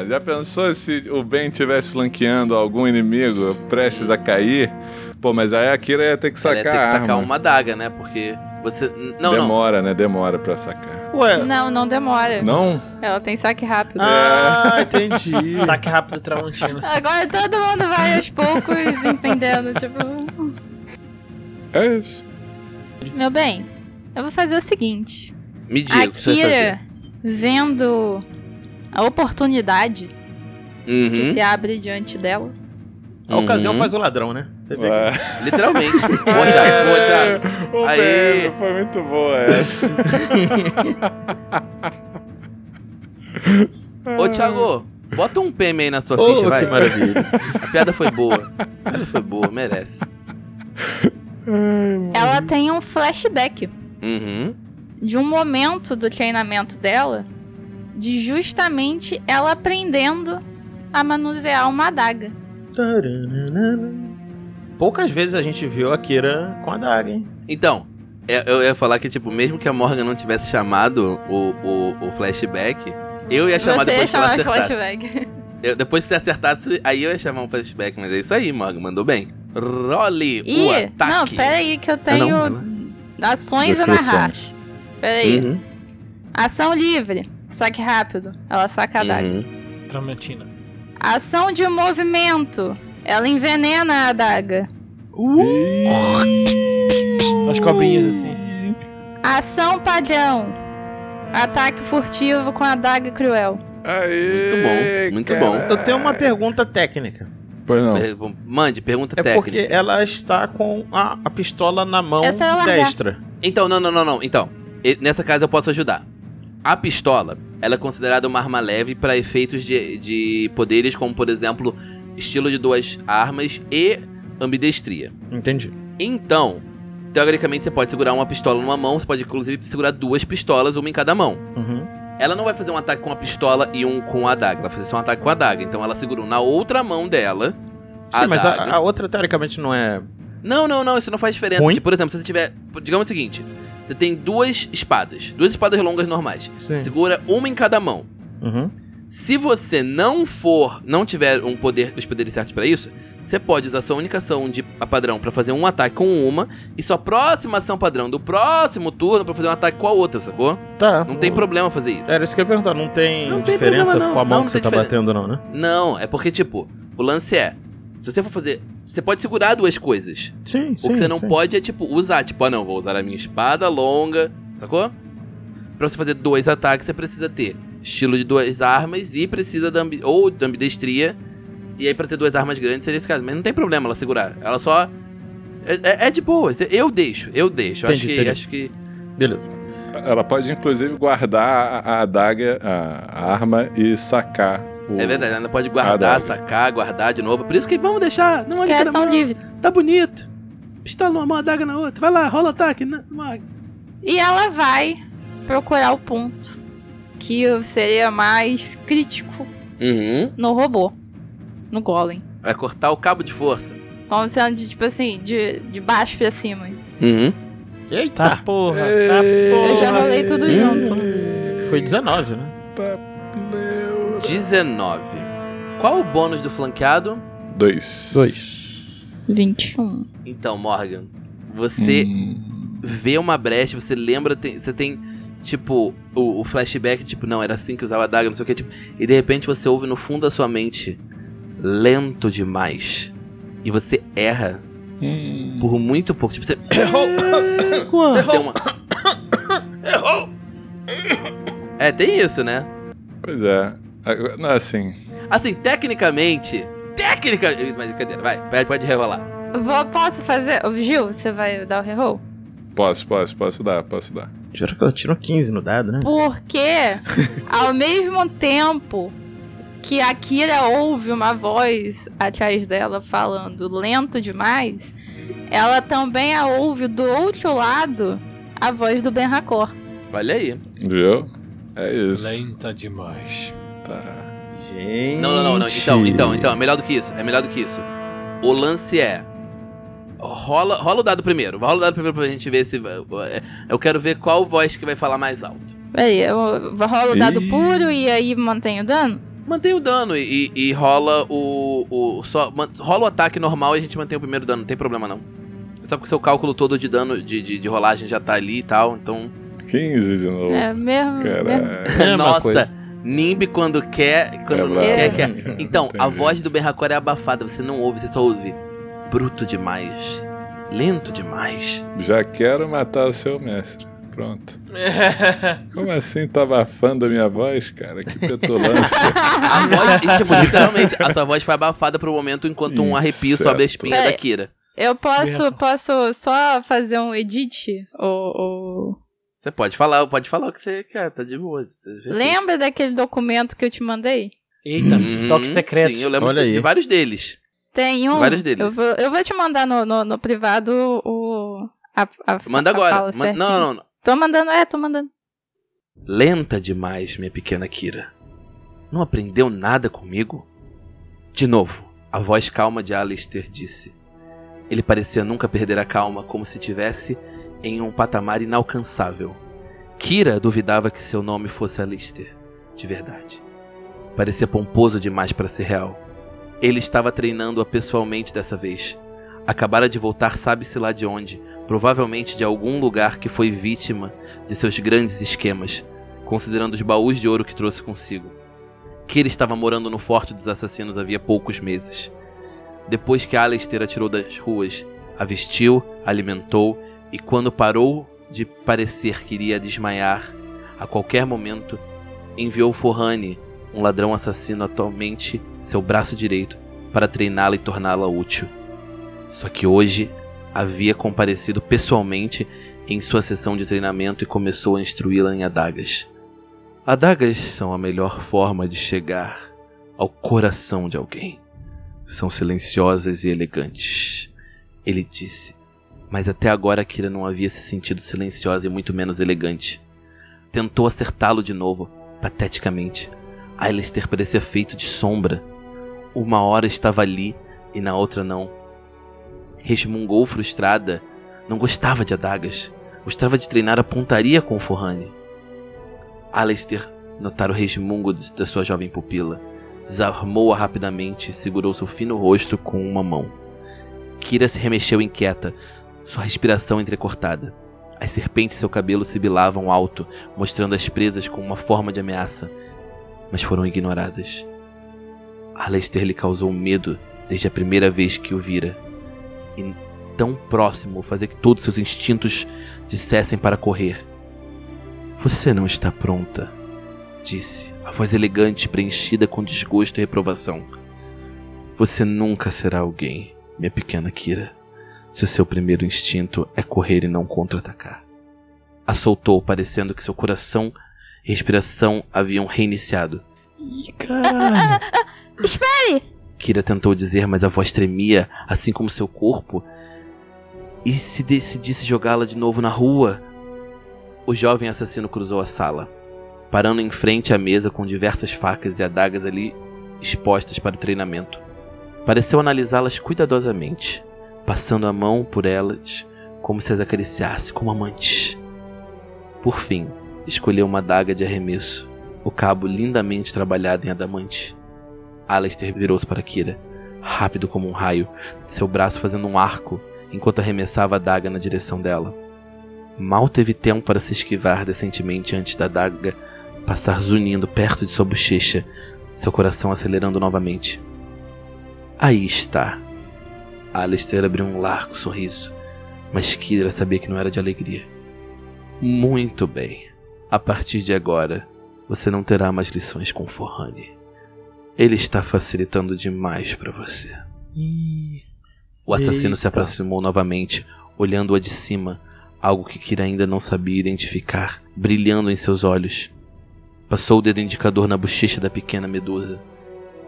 Já pensou se o Ben estivesse flanqueando algum inimigo prestes a cair? Pô, mas aí a Kira ia ter que
Ela
sacar.
ia ter que
a
sacar
arma.
uma adaga, né? Porque você. n- Não, não.
Demora, né? Demora pra sacar.
Ué.
Não, não demora.
Não?
Ela tem saque rápido.
Ah, [LAUGHS] entendi.
Saque rápido Tramontina.
Agora todo mundo vai
[LAUGHS]
aos poucos entendendo. Tipo,
É isso.
meu bem, eu vou fazer o seguinte:
Me diga
a
o que você vai fazer.
Kira, vendo a oportunidade que
Uhum.
se abre diante dela,
A ocasião
Uhum.
faz o ladrão, né? Você vê que- [LAUGHS]
É.
Literalmente. Boa, Thiago. Boa, Thiago.
O
Aê.
Ben, foi muito é. boa
[LAUGHS]
essa.
Ah.
Ô, Thiago, bota um PM aí na sua
Oh,
ficha, vai.
que maravilha.
A piada foi boa. A piada foi boa, merece.
ela tem um flashback
Uhum.
de um momento do treinamento dela de justamente ela aprendendo a manusear uma adaga.
Poucas vezes a gente viu a Kira com a Daga, hein?
Então, é- eu ia falar que, tipo, mesmo que a Morgan não tivesse chamado o, o, o flashback, eu ia chamar
Você
É depois que ela
chama
acertasse.
flashback.
Eu- depois que você acertasse, aí eu ia chamar um flashback. Mas é isso aí, Morgan, mandou bem. Role
Ih,
o ataque.
não, peraí que eu
Ah,
tenho
não,
ações a
Duas
narrar.
funções.
Peraí.
Uhum.
Ação livre. Saque rápido. Ela saca a daga.
Uhum.
Tramontina.
Ação de movimento. Ela envenena a adaga.
As cobrinhas assim.
Ação padrão. Ataque furtivo com a adaga cruel.
Aê,
Muito bom, muito bom.
Eu tenho uma pergunta técnica.
Pois não.
Per- Mande, pergunta
É
técnica.
porque ela está com a, a pistola na mão
Essa é a largar.
destra.
Então, não, não, não, não. Então, e- nessa casa eu posso ajudar. A pistola, ela é considerada uma arma leve para efeitos de, de poderes como, por exemplo, estilo de duas armas e ambidestria.
Entendi.
Então, teoricamente você pode segurar uma pistola numa mão, você pode inclusive segurar duas pistolas, uma em cada mão.
Uhum.
Ela não vai fazer um ataque com a pistola e um com a adaga, ela vai fazer só um ataque com a adaga. Então ela segurou na outra mão dela.
Sim, mas
daga.
a, a outra teoricamente não é.
Não, não, não, isso não faz diferença.
Ruim?
Tipo, por exemplo, se você tiver. Digamos o seguinte: você tem duas espadas, duas espadas longas normais.
Sim.
Segura uma em cada mão.
Uhum.
Se você não for, não tiver um poder, os poderes certos pra isso, você pode usar sua única ação de a padrão pra fazer um ataque com uma e sua próxima ação padrão do próximo turno pra fazer um ataque com a outra, sacou?
Tá.
Não tem problema fazer isso.
Era isso que eu ia perguntar. Não tem
Não tem
diferença
problema, não.
com a mão
Não,
que
não
você
tem
tá
diferença.
batendo, não, né?
Não, é porque tipo, o lance é, se você for fazer, você pode segurar duas coisas.
Sim, sim.
o que você não
sim.
pode é, tipo, usar. Tipo, ah, não, vou usar a minha espada longa, sacou? Pra você fazer dois ataques, você precisa ter estilo de duas armas e precisa da ambi ou da ambidestria. E aí, pra ter duas armas grandes, seria esse caso. Mas não tem problema ela segurar. Ela só. É, é- é de boa. Eu deixo, eu deixo. Eu
Entendi,
acho que.
entendi.
Acho que...
Beleza.
Ela pode, inclusive, guardar a, a adaga, a, a arma e sacar o.
É verdade, ela pode guardar,
Ah, dá.
sacar, guardar de novo. Por isso que vamos deixar. Não
Que é
adianta
ação
não.
livre.
Tá bonito. Pistola numa mão, adaga na outra. Vai lá, rola o ataque. né? na- na-
E ela vai procurar o ponto que seria mais crítico
Uhum.
no robô, no golem.
Vai cortar o cabo de força.
Como sendo de, tipo assim, de, de baixo pra cima.
Uhum.
Tá, porra, tá, porra.
Eu já rolei tudo
Ih.
junto.
Foi 19, né?
19. Qual o bônus do flanqueado?
Dois.
21.
Então, Morgan, você
Hum.
vê uma brecha, você lembra, tem- você tem, tipo, o, o flashback, tipo, não, era assim que usava a daga, não sei o que, tipo, e de repente você ouve no fundo da sua mente, lento demais. E você erra
Hum.
por muito pouco. Tipo, você
Égua.
deu uma. É, tem isso, né?
Pois é. Agora- Não, assim.
Assim, tecnicamente. Técnica! Mas brincadeira, vai, pode- pode rerolar.
Vou, posso fazer? Ô, Gil, você vai dar o reroll?
Posso, posso, posso dar, posso dar.
Juro que ela tirou 15 no dado, né?
Porque, ao mesmo tempo que a Kira ouve uma voz atrás dela falando lento demais, ela também a ouve do outro lado a voz do Ben Hakor.
Olha aí.
Viu? É isso.
Lenta demais.
Tá.
Gente.
Não, não, não, não. Então, então, então, é melhor do que isso. É melhor do que isso. O lance é. Rola, rola o dado primeiro. Rola o dado primeiro pra gente ver se. é, Eu quero ver qual voz que vai falar mais alto.
Peraí, eu rolo o dado
Ih.
puro e aí mantenho o dano?
Mantém o dano e, e- e rola o. o só, man- rola o ataque normal e a gente mantém o primeiro dano, não tem problema não. Só porque o seu cálculo todo de dano, de, de, de rolagem já tá ali e tal, então.
15 de novo.
É né? mesmo. mesmo.
Caralho.
É a mesma
Nossa,
coisa.
Nimb quando quer, quando
É
não
brabo.
quer, quer. Então, a
Entendi.
voz do Berracor é abafada, você não ouve, você só ouve. Bruto demais. Lento demais.
Já quero matar o seu mestre. Pronto. Como assim tá abafando a minha voz, cara? Que petulância.
A voz, e, tipo, literalmente, a sua voz foi abafada por um momento enquanto um
Isso,
arrepio sobe a espinha
certo.
da Kira.
Eu posso,
Merda.
posso só fazer um edit? Ou, ou-
Você pode falar, pode falar o que você quer, tá de boa. Você-
Lembra daquele documento que eu te mandei?
Eita,
Uhum,
toque secreto.
Sim, eu lembro
Olha
de,
aí.
de vários deles.
Tem um.
Vários deles.
Eu vou, eu vou te mandar no, no, no privado o. A, a,
Manda
a
agora.
fala
Manda-
certinha.
não, não, não.
Tô mandando, é, tô mandando.
Lenta demais, minha pequena Kira. Não aprendeu nada comigo? De novo, a voz calma de Alistair disse. Ele parecia nunca perder a calma, como se tivesse em um patamar inalcançável. Kira duvidava que seu nome fosse Alistair, de verdade. Parecia pomposo demais para ser real. Ele estava treinando-a pessoalmente dessa vez. Acabara de voltar, sabe-se lá de onde, provavelmente de algum lugar que foi vítima de seus grandes esquemas, considerando os baús de ouro que trouxe consigo. Kira estava morando no Forte dos Assassinos havia poucos meses. Depois que Alistair a tirou das ruas, a vestiu, a alimentou e quando parou de parecer que iria desmaiar, a qualquer momento, enviou Forrani, um ladrão assassino atualmente seu braço direito, para treiná-la e torná-la útil. Só que hoje havia comparecido pessoalmente em sua sessão de treinamento e começou a instruí-la em adagas. Adagas são a melhor forma de chegar ao coração de alguém. São silenciosas e elegantes, ele disse. Mas até agora Kira não havia se sentido silenciosa e muito menos elegante. Tentou acertá-lo de novo, pateticamente. Alistair parecia feito de sombra. Uma hora estava ali e na outra não. Resmungou frustrada não gostava de adagas. Gostava de treinar a pontaria com o Forrani. Alistair notara o resmungo de- da sua jovem pupila. Desarmou-a rapidamente e segurou seu fino rosto com uma mão. Kira se remexeu inquieta, sua respiração entrecortada. As serpentes de seu cabelo sibilavam alto, mostrando as presas com uma forma de ameaça, mas foram ignoradas. Alistair lhe causou um medo desde a primeira vez que o vira tão próximo, fazer que todos seus instintos dissessem para correr. Você não está pronta, disse, a voz elegante preenchida com desgosto e reprovação. Você nunca será alguém, minha pequena Kira, se o seu primeiro instinto é correr e não contra-atacar. A soltou, parecendo que seu coração e respiração haviam reiniciado.
Ih, caralho.
Kira tentou dizer, mas a voz tremia, assim como seu corpo. E se decidisse jogá-la de novo na rua? O jovem assassino cruzou a sala, parando em frente à mesa com diversas facas e adagas ali expostas para o treinamento. Pareceu analisá-las cuidadosamente, passando a mão por elas como se as acariciasse como amantes. Por fim, escolheu uma adaga de arremesso, o cabo lindamente trabalhado em adamante. Alistair virou-se para Kira, rápido como um raio, seu braço fazendo um arco enquanto arremessava a daga na direção dela. Mal teve tempo para se esquivar decentemente antes da daga passar zunindo perto de sua bochecha, seu coração acelerando novamente. Aí está. Alistair abriu um largo sorriso, mas Kira sabia que não era de alegria. Muito bem. A partir de agora, você não terá mais lições com Forhane. Ele está facilitando demais para você.
Ih,
O assassino se
Eita.
aproximou novamente, olhando-a de cima, algo que Kira ainda não sabia identificar, brilhando em seus olhos. Passou o dedo indicador na bochecha da pequena medusa,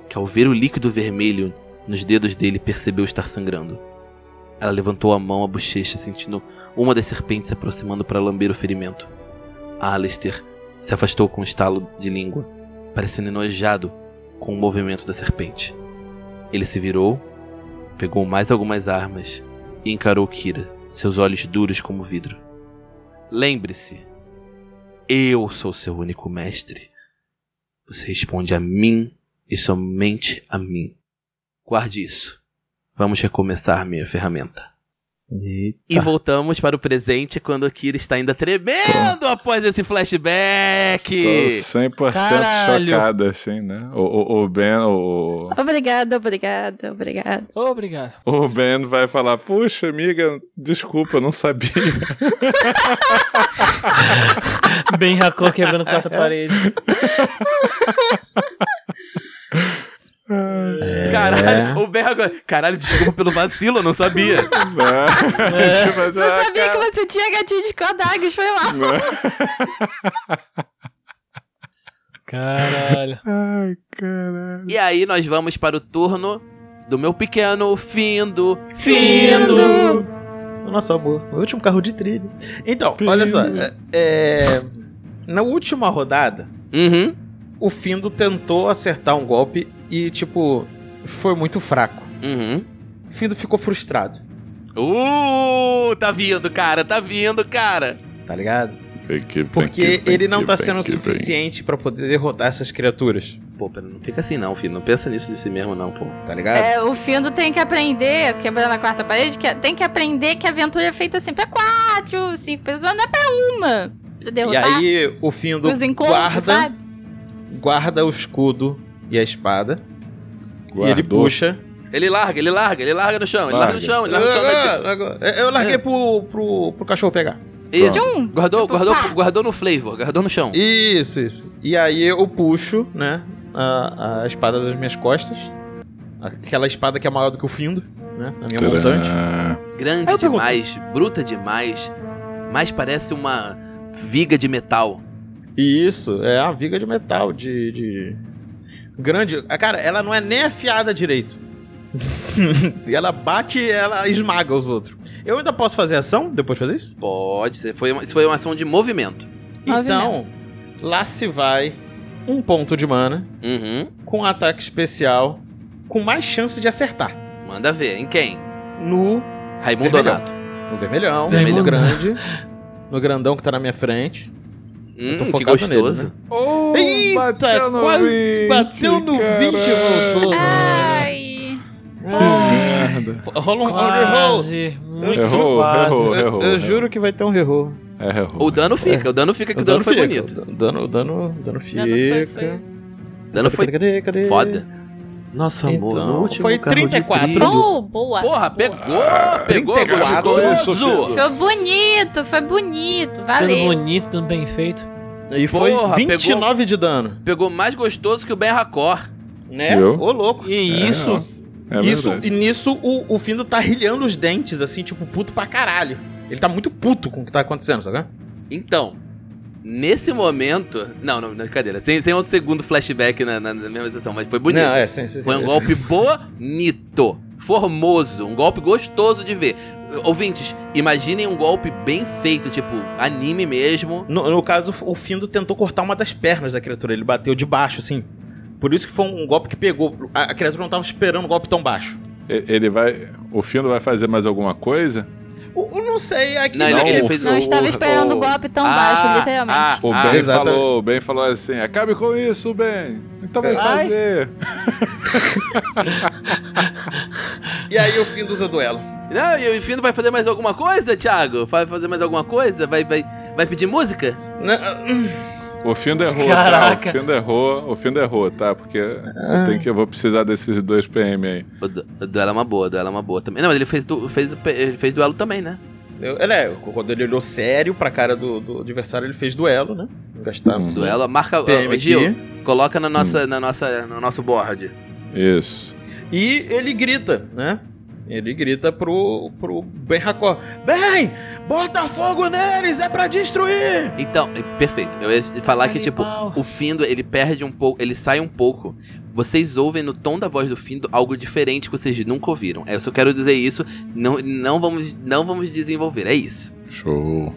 que ao ver o líquido vermelho nos dedos dele percebeu estar sangrando. Ela levantou a mão à bochecha, sentindo uma das serpentes se aproximando para lamber o ferimento. Alistair se afastou com um estalo de língua, parecendo enojado com o movimento da serpente. Ele se virou, pegou mais algumas armas e encarou Kira, seus olhos duros como vidro. Lembre-se, eu sou seu único mestre. Você responde a mim e somente a mim. Guarde isso. Vamos recomeçar minha ferramenta. E voltamos para o presente quando a Kira está ainda tremendo após esse flashback.
Tô 100%
Caralho.
chocado, assim, né? O, o, o Ben, o,
Obrigada, obrigada, obrigada.
Obrigado.
o Ben vai falar, puxa, amiga, desculpa, eu não sabia. [LAUGHS]
Bem racor quebrando
[LAUGHS]
quarta parede.
Caralho, o Ben agora. Caralho, desculpa pelo vacilo, eu não sabia.
né? [LAUGHS] Tipo assim,
Eu
ah, né?"
sabia
cara,
que você tinha gatinho de Kodak, foi lá.
Caralho.
Ai, caralho.
E aí nós vamos para o turno do meu pequeno Findo.
Nossa, amor. O último carro de trilha. Então, olha só. é- é, na última rodada,
Uhum,
o Findo tentou acertar um golpe e, tipo, foi muito fraco.
uhum.
O Findo ficou frustrado,
Uh, tá vindo, cara, tá vindo, cara.
tá ligado?
Vem que vem
Porque
que vem
ele não
que
tá
vem
sendo
que vem.
suficiente pra poder derrotar essas criaturas,
Pô, pera, não fica assim não, filho. Não pensa nisso de si mesmo, não, pô.
tá ligado?
É, o Findo tem que aprender, quebrando a quarta parede, que é, tem que aprender que a aventura é feita assim pra quatro, cinco pessoas, não é pra uma. Pra
E
derrotar
aí o Findo
os encontros,
guarda,
sabe?
guarda o escudo e a espada e ele
Guardou.
puxa.
Ele larga, ele larga, ele larga no chão, ele larga,
Larga.
no chão, ele larga no chão.
Ah, largou. Eu- Eu larguei pro, pro, pro cachorro pegar.
Isso.
Tchum!
Guardou,
Tipo,
guardou,
pá.
guardou no flavor, guardou no chão.
Isso, isso. E aí eu puxo, né, a, a espada das minhas costas. Aquela espada que é maior do que o Findo, né, a minha montante.
Tcharam.
Grande
Aí eu pergunto.
demais, bruta demais, mas parece uma viga de metal.
E isso, é uma viga de metal, de. de... Grande. Ah, Cara, ela não é nem afiada direito. [LAUGHS] e ela bate e ela esmaga os outros. Eu ainda posso fazer ação depois de fazer isso?
Pode ser, foi uma, isso foi uma ação de movimento.
Movimento.
Então, lá se vai um ponto de mana,
Uhum,
com um ataque especial, com mais chance de acertar.
manda ver, em quem?
No.
Raimundo
Vermelhão.
Donato.
No vermelhão,
Vermelhão.
no grande. No grandão que tá na minha frente.
Hum,
tô
que
focado nele,
gostoso.
né?
Oh,
Eita,
bateu no
quase
20,
bateu no 20 e
caralho.
voltou.
Ai.
Merda.
Rola um roll.
Ah, Quase. Muito
Errou,
quase.
errou.
Eu, eu juro que vai ter um reroll.
É, errou.
O dano fica, o dano fica, É que o dano, foi
fica,
bonito.
O dano, o dano, o dano fica.
foi- foi.
O dano foi
Cadê, cadê?
foda. Nossa, amor,
Então,
no último
foi
carro de
34.
trilho.
Oh, boa.
Porra, pegou,
Ah,
pegou,
34.
gostoso.
Foi bonito, foi bonito,
Sendo
valeu.
bonito, tão bem feito.
E foi
Porra,
29 de dano.
Pegou mais gostoso que o Ben Racor.
Né?
Viu?
Ô, louco.
E isso?
É
isso,
verdade.
e nisso o, o Findo tá rilhando os dentes, assim, tipo, puto pra caralho. Ele tá muito puto com o que tá acontecendo, sabe?
Então, nesse momento... Não, não, brincadeira. Sem, sem outro segundo flashback na, na- na mesma sessão, mas foi bonito.
Não, é, sim, sim, sim.
Foi um golpe bonito, formoso, um golpe gostoso de ver. Ouvintes, imaginem um golpe bem feito, tipo anime mesmo.
No, no caso, o Findo tentou cortar uma das pernas da criatura. Ele bateu de baixo, assim. Por isso que foi um golpe que pegou. A, a criatura não tava esperando um golpe tão baixo.
E- Ele vai. O Findo vai fazer mais alguma coisa?
Eu não sei, é aqui
Não, ele-
Não,
ele fez
Não
o-
estava
o-
esperando o golpe tão
Ah,
baixo, literalmente.
ah,
O
ah,
Ben
exatamente.
falou, o Ben falou assim: acabe com isso, Ben. Então vai
Ai.
fazer.
E aí o Findo usa duelo.
Não, e o Fino vai fazer mais alguma coisa, Thiago? Vai fazer mais alguma coisa? Vai, vai, vai pedir música?
Né,
O Findo errou,
Caraca.
tá? O Findo errou, o Findo errou, tá? Porque
Ah.
tem que, eu vou precisar desses dois PM aí.
O, du- o duelo é uma boa, o duelo é uma boa também. Não, mas ele fez, du- fez, o pe- ele fez duelo também, né?
Eu- Ele é, quando ele olhou sério pra cara do, do adversário, ele fez duelo, né? Gastar
Hum.
Duelo, marca.
PM
Ô, ô,
aqui.
Gil, coloca na nossa, na nossa, no nosso board.
Isso.
E ele grita, né? Ele grita pro, pro Ben Hakor: Ben, bota fogo neles, é pra destruir!
Então, é, perfeito. Eu ia falar que, tipo,
Animal.
o Findo, ele perde um pouco, ele sai um pouco. Vocês ouvem no tom da voz do Findo algo diferente que vocês nunca ouviram. É, Eu só quero dizer isso, não, não, vamos, não vamos desenvolver, é isso.
Show.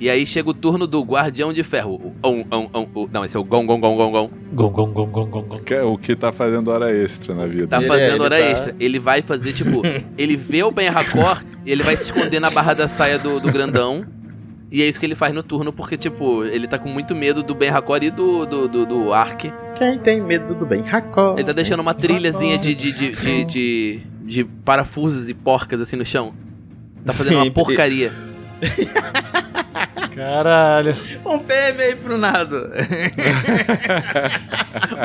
E aí chega o turno do Guardião de Ferro. O, on, on, on, o- não, esse é o Gong Gong Gong Gong Gong.
Gong, gong, gong, gong, gong, gong.
Que é o que tá fazendo hora extra na vida.
Tá
Ele é,
fazendo
ele
hora
tá-
extra. Ele vai fazer,
[LAUGHS]
tipo, ele vê o Ben Racor e ele vai se esconder na barra da saia do, do grandão. E é isso que ele faz no turno, porque, tipo, ele tá com muito medo do Ben Racor e do, do, do, do Ark.
Quem tem medo do Ben Hakor?
Ele tá deixando uma trilhazinha de, de, de, de, de- de parafusos e porcas assim no chão. Tá fazendo
Sim,
uma
[LAUGHS]
porcaria.
Caralho.
Um PM aí pro nada.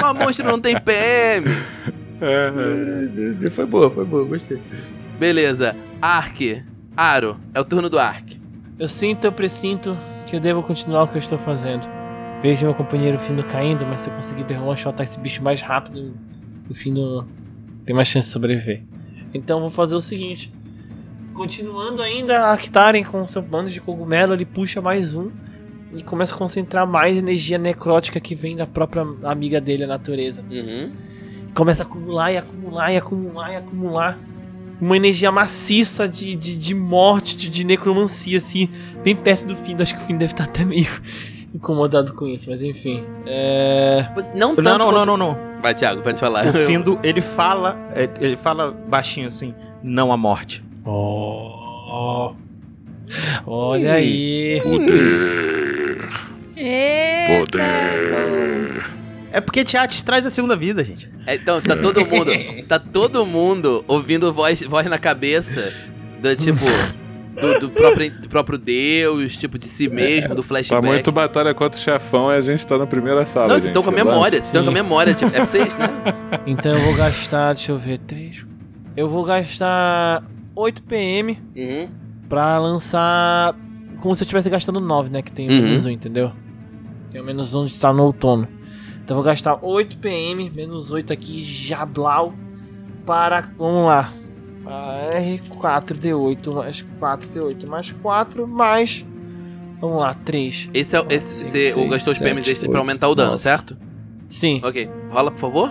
Mas monstro não tem PM.
[LAUGHS]
É,
foi boa, foi boa, gostei.
Beleza. Ark. Aro. É o turno do Ark.
Eu sinto, eu presinto que eu devo continuar o que eu estou fazendo. Vejo meu companheiro Fino caindo, mas se eu conseguir derrubar um shot esse bicho mais rápido, o Fino tem mais chance de sobreviver. Então vou fazer o seguinte. Continuando ainda a Actarem com seu bando de cogumelo, ele puxa mais um e começa a concentrar mais energia necrótica que vem da própria amiga dele, a natureza
Uhum.
começa a acumular e acumular e acumular e acumular. Uma energia maciça de, de, de morte, de, de necromancia, assim, bem perto do fim. Acho que o fim deve estar até meio [LAUGHS] incomodado com isso, mas enfim. É.
Você- Não tanto
Não, não, não,
quanto...
não, não.
Vai, Thiago, pode falar.
O Findo, ele fala, é, ele fala baixinho assim, não à morte.
Oh. Olha aí.
Poder. Poder.
É porque teatro traz a segunda vida, gente.
[LAUGHS] É, Então, tá todo mundo... Tá todo mundo ouvindo voz, voz na cabeça do, tipo... Do, do próprio, do próprio Deus, tipo, de si mesmo, do
Tá
flashback.
muito batalha contra o chefão e a gente tá na primeira sala.
Não, vocês
gente.
estão com a memória, vocês estão com a
Sim.
memória. Tipo, é pra vocês, né?
[LAUGHS] Então eu vou gastar, deixa eu ver, 3. Eu vou gastar 8 PM
Uhum.
pra lançar. Como se eu estivesse gastando 9, né? Que tem o
Uhum.
menos 1, entendeu? Tem o menos 1 de estar no outono. Então eu vou gastar 8 PM, menos 8 aqui, jablau. Para. Vamos lá. Ah, R4D8 mais 4D8 mais 4 mais. Vamos lá, 3.
Esse é o- esse,
Cinco,
você
seis,
gastou os
sete,
PMs extras pra
oito,
aumentar o dano,
nove.
certo?
Sim.
Ok. Rola, por favor.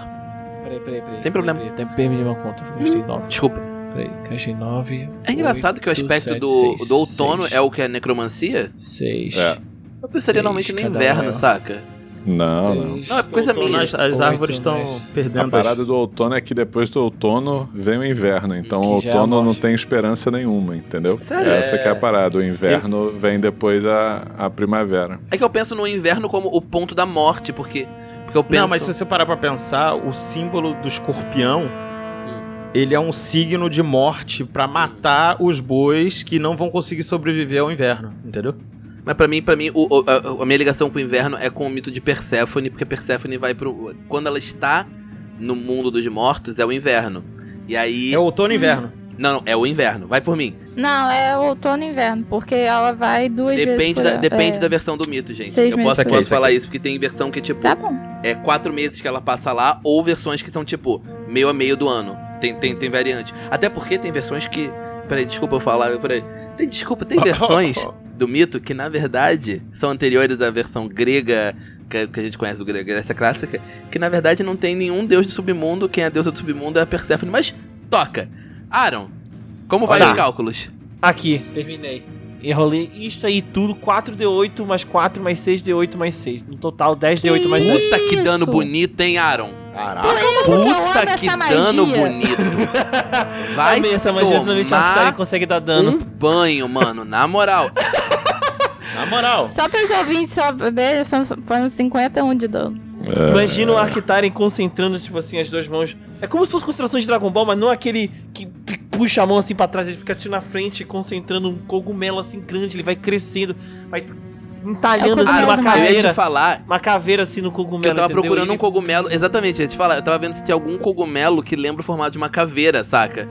Peraí, peraí, peraí.
Sem problema.
Peraí, peraí. Tem PM de uma conta, eu gastei 9.
Desculpa.
Peraí, gastei 9.
É engraçado que o aspecto do, do outono é o que é necromancia.
6.
É.
Eu pensaria
Seis,
normalmente no
cada um
inverno,
é.
saca?
Não, não.
Não, é coisa
outono, né?
minha.
as-
As árvores estão
A
perdendo
parada
as...
do outono é que depois do outono vem o inverno. Então o
Que já é a
outono não
morte.
tem esperança nenhuma, entendeu?
Sério?
Essa que é a parada. O inverno vem depois a, a primavera.
É que eu penso no inverno como o ponto da morte, porque. Porque eu penso.
Não, mas se você parar pra pensar, o símbolo do escorpião, ele é um signo de morte pra matar os bois que não vão conseguir sobreviver ao inverno, entendeu?
Mas pra mim, pra mim, o- o- a, a minha ligação com o inverno é com o mito de Perséfone, porque Perséfone vai pro. Quando ela está no mundo dos mortos, é o inverno. E aí.
É outono e inverno.
Não, não, é o inverno. Vai por mim.
Não, é outono e inverno, porque ela vai duas vezes.
Depende,
por
da,
ano.
depende
É.
da versão do mito, gente.
Seis
eu
meses.
posso,
Saquei,
posso
saquei.
falar isso, porque tem versão que, tipo,
Tá bom.
é quatro meses que ela passa lá, ou versões que são, tipo, meio a meio do ano. Tem, tem, tem variante. Até porque tem versões que. Peraí, desculpa eu falar, peraí. Tem, desculpa,
[LAUGHS]
tem
[LAUGHS]
versões do mito que, na verdade, são anteriores à versão grega que, que a gente conhece do Gre- Grécia Clássica, que na verdade não tem nenhum deus do submundo, quem é a deusa do submundo é a Perséfone. Mas toca! Aaron, como vai
Tá.
os cálculos?
Aqui, terminei. E rolei isto aí tudo, 4D8 mais 4 mais 6D8 mais 6. No total, 10D8 mais 10.
Puta que dano
Isso.
bonito, hein, Aaron?
Por isso que eu amo
Puta
essa
que
magia.
dano
[LAUGHS]
bonito. Vai
Amei essa magia, finalmente a Atari
tomar
tá consegue dar dano.
um banho, mano. Na
[LAUGHS]
moral.
Na moral.
Só para os ouvintes saberem, são- foram 51 de dano.
um.
É.
Imagina o Arctaren concentrando, tipo assim, as duas mãos. É como se fosse concentração de Dragon Ball, mas não aquele que p- puxa a mão assim pra trás, ele fica assim na frente, concentrando um cogumelo assim grande, ele vai crescendo, vai
É o
entalhando assim
cogumelo
uma
do mal.
eu ia te
caveira.
falar
Uma caveira assim no
que
cogumelo.
eu tava
entendeu?
procurando
Ele-
um cogumelo. Exatamente, eu ia te falar. Eu tava vendo se tinha algum cogumelo que lembra o formato de uma caveira, saca?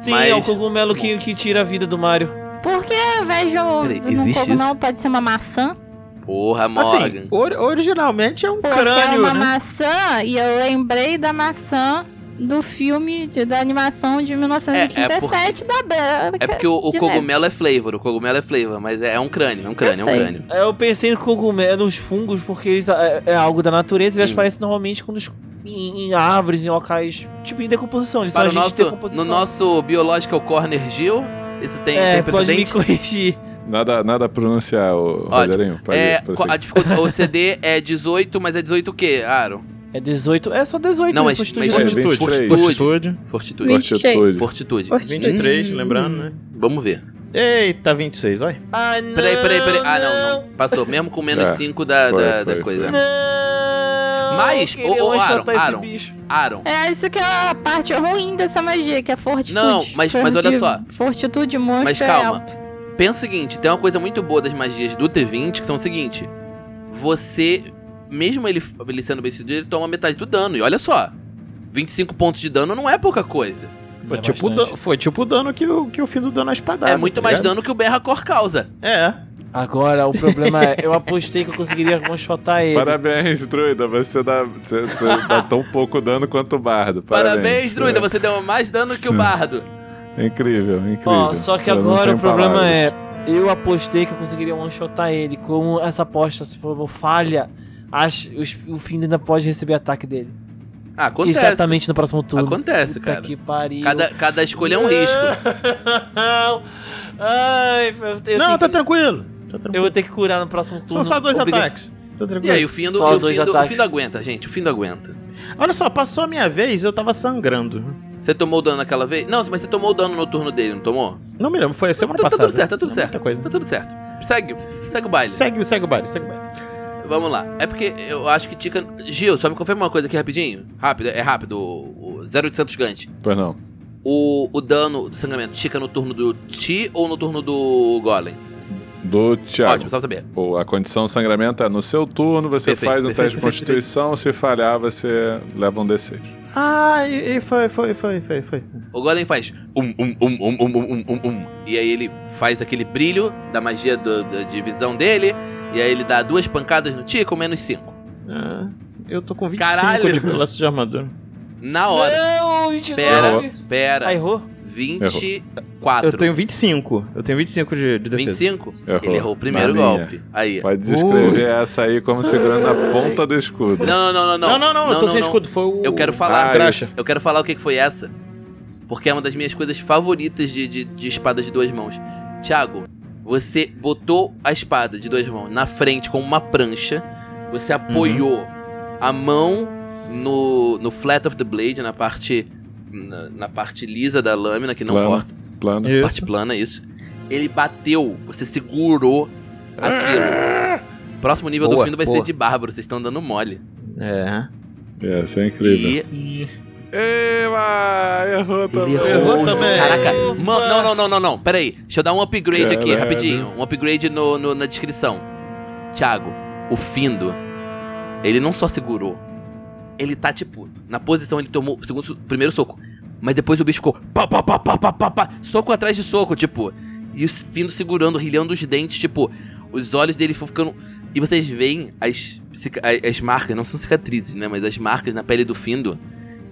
Sim,
mas-
é o cogumelo que, que tira a vida do Mario.
Porque eu vejo
Peraí,
num
existe
cogumelo,
isso?
pode ser uma maçã.
Porra, Morgan.
Assim, or- originalmente é um
Porque é
crânio,
uma
né?
maçã e eu lembrei da maçã do filme, de- da animação de 1937 da Branca.
É porque o, o
de
cogumelo é flavor, o cogumelo é flavor, mas é, é um crânio, é um crânio, é um
sei.
crânio.
É, Eu pensei no cogumelo, nos fungos, porque eles, é, é algo da natureza, eles
Sim.
aparecem normalmente quando os- em, em árvores, em locais, tipo, em decomposição. Eles
Para o
são agentes de
nosso, no
decomposição.
nosso Biological Corner Gil, isso tem,
é,
tem
pode me
precedente?
corrigir.
Nada, nada a pronunciar, ô, Rogerinho. Pode,
É,
pode
co-
seguir.
a dificuldade, o CD é 18, mas é 18 o quê, Aro?
É 18, é só 18.
Não,
né,
mas-
constitui
mas-
de-
É, vinte e três.
fortitude.
Fortitude.
Fortitude.
Vinte- 26.
Fortitude.
Fortitude.
23,
Hum.
lembrando, né?
Vamos ver.
Eita, 26, olha.
Ah, não,
Peraí, peraí, peraí. Ah, não, não. Passou, mesmo com menos
É,
5 da,
foi,
da, da
foi,
coisa.
Não!
Mas,
eu queria
ô, ô, Aaron,
enxotar esse
Aaron.
bicho.
Aaron,
É isso que é a parte ruim dessa magia, que é fortitude.
Não, mas- mas olha só.
Fortitude monstro
Mas
é
calma.
alto.
pensa o seguinte: tem uma coisa muito boa das magias do T20 que são o seguinte: você, mesmo ele, ele sendo vencido, ele toma metade do dano. E olha só: 25 pontos de dano não é pouca coisa.
Foi,
É
tipo, o
bastante.
dan- foi tipo o dano que o, que o fim do dano na espadada.
é muito mais dano que o Berra Cor causa.
É.
Agora, o problema é, eu apostei que eu conseguiria one-shotar ele.
Parabéns, Druida. Você dá, você, você dá tão pouco dano quanto o Bardo.
Parabéns,
Parabéns,
Druida, você deu mais dano que o Bardo.
É Incrível, incrível.
Ó, só que
Eu não
agora
tenho
o problema
palavras.
é, eu apostei que eu conseguiria one-shotar ele. Como essa aposta, se for falha, as- os- o Finn ainda pode receber ataque dele.
Ah, acontece.
Exatamente no próximo turno.
Acontece,
Puta
cara.
que pariu.
Cada, cada escolha é um risco.
Não. [LAUGHS] Ai, eu tenho
Não,
que-
tá tranquilo. Tá tranquilo.
Eu vou ter que curar no próximo turno.
São só dois
Obriga-
ataques. Tá tranquilo.
E aí, o fim do,
Só
e o
dois
fim do, o
ataques.
fim do aguenta, gente. O fim do aguenta.
Olha só, passou a minha vez, eu tava sangrando.
Você tomou o dano naquela vez? Não, mas você tomou o dano no turno dele, não tomou?
Não me lembro, foi a semana
tá, tá
passada.
tudo certo, tá tudo
É
certo.
Muita coisa.
Tá tudo certo. Segue, segue o baile.
Segue, segue o baile, segue o baile.
Vamos lá. É porque eu acho que Tica. Gil, só me confirma uma coisa aqui rapidinho. Rápido, é rápido. O, o 0800 Gante.
Pois não.
O, o dano do sangramento tica no turno do Ti ou no turno do Golem?
Do Thiago.
Ótimo, só pra saber.
Ou a condição de sangramento é no seu turno, você
Perfeito,
faz um
perfeito,
teste de
perfeito,
constituição, se falhar, você leva um D6.
Ah, e, e foi, foi, foi, foi, foi.
O Golem faz um, um, um, um, um, um, um, um, um. E aí ele faz aquele brilho da magia do, da- de visão dele. E aí ele dá duas pancadas no Ti com menos 5.
Ah, eu tô com 25
Caralho.
de classe de armadura.
Na hora.
Não, 29.
Pera,
Ah,
pera.
errou?
24.
Eu tenho 25. Eu tenho 25 de, de defesa.
25?
Errou.
Ele errou o primeiro
Na minha.
golpe. Aí.
Pode descrever
Uh.
essa aí como segurando a ponta do escudo.
Não, não, não, não.
Não, não, não, eu tô sem escudo. Foi o.
Eu quero falar.
Ah,
graxa.
Eu quero falar o que que foi essa. Porque é uma das minhas coisas favoritas de, de, de espada de duas mãos. Thiago, você botou a espada de duas mãos na frente com uma prancha. Você apoiou a mão no, no flat of the blade, na parte. Na, na parte lisa da lâmina, que não
Lama.
corta.
Plano.
Isso.
Parte plana, isso. Ele bateu, você segurou aquilo. Próximo nível do
Ah! Boa,
fim vai
boa.
ser de bárbaro, vocês estão dando mole.
É.
É, isso é incrível.
E
Eba! Errou também.
Ele
errou
errou
também.
Caraca, ma- não, não, não, não, não. Pera aí. Deixa eu dar um upgrade aqui,
Caralho.
rapidinho. Um upgrade no, no- na descrição. Thiago, o Findo, ele não só segurou. Ele tá, tipo, na posição ele tomou o segundo, so- primeiro soco. Mas depois o bicho ficou pá, pá, pá, pá, pá, pá, pá, soco atrás de soco, tipo. E o Findo segurando, rilhando os dentes, tipo. Os olhos dele foram ficando... E vocês veem as, cica- a- as marcas, não são cicatrizes, né? Mas as marcas na pele do Findo.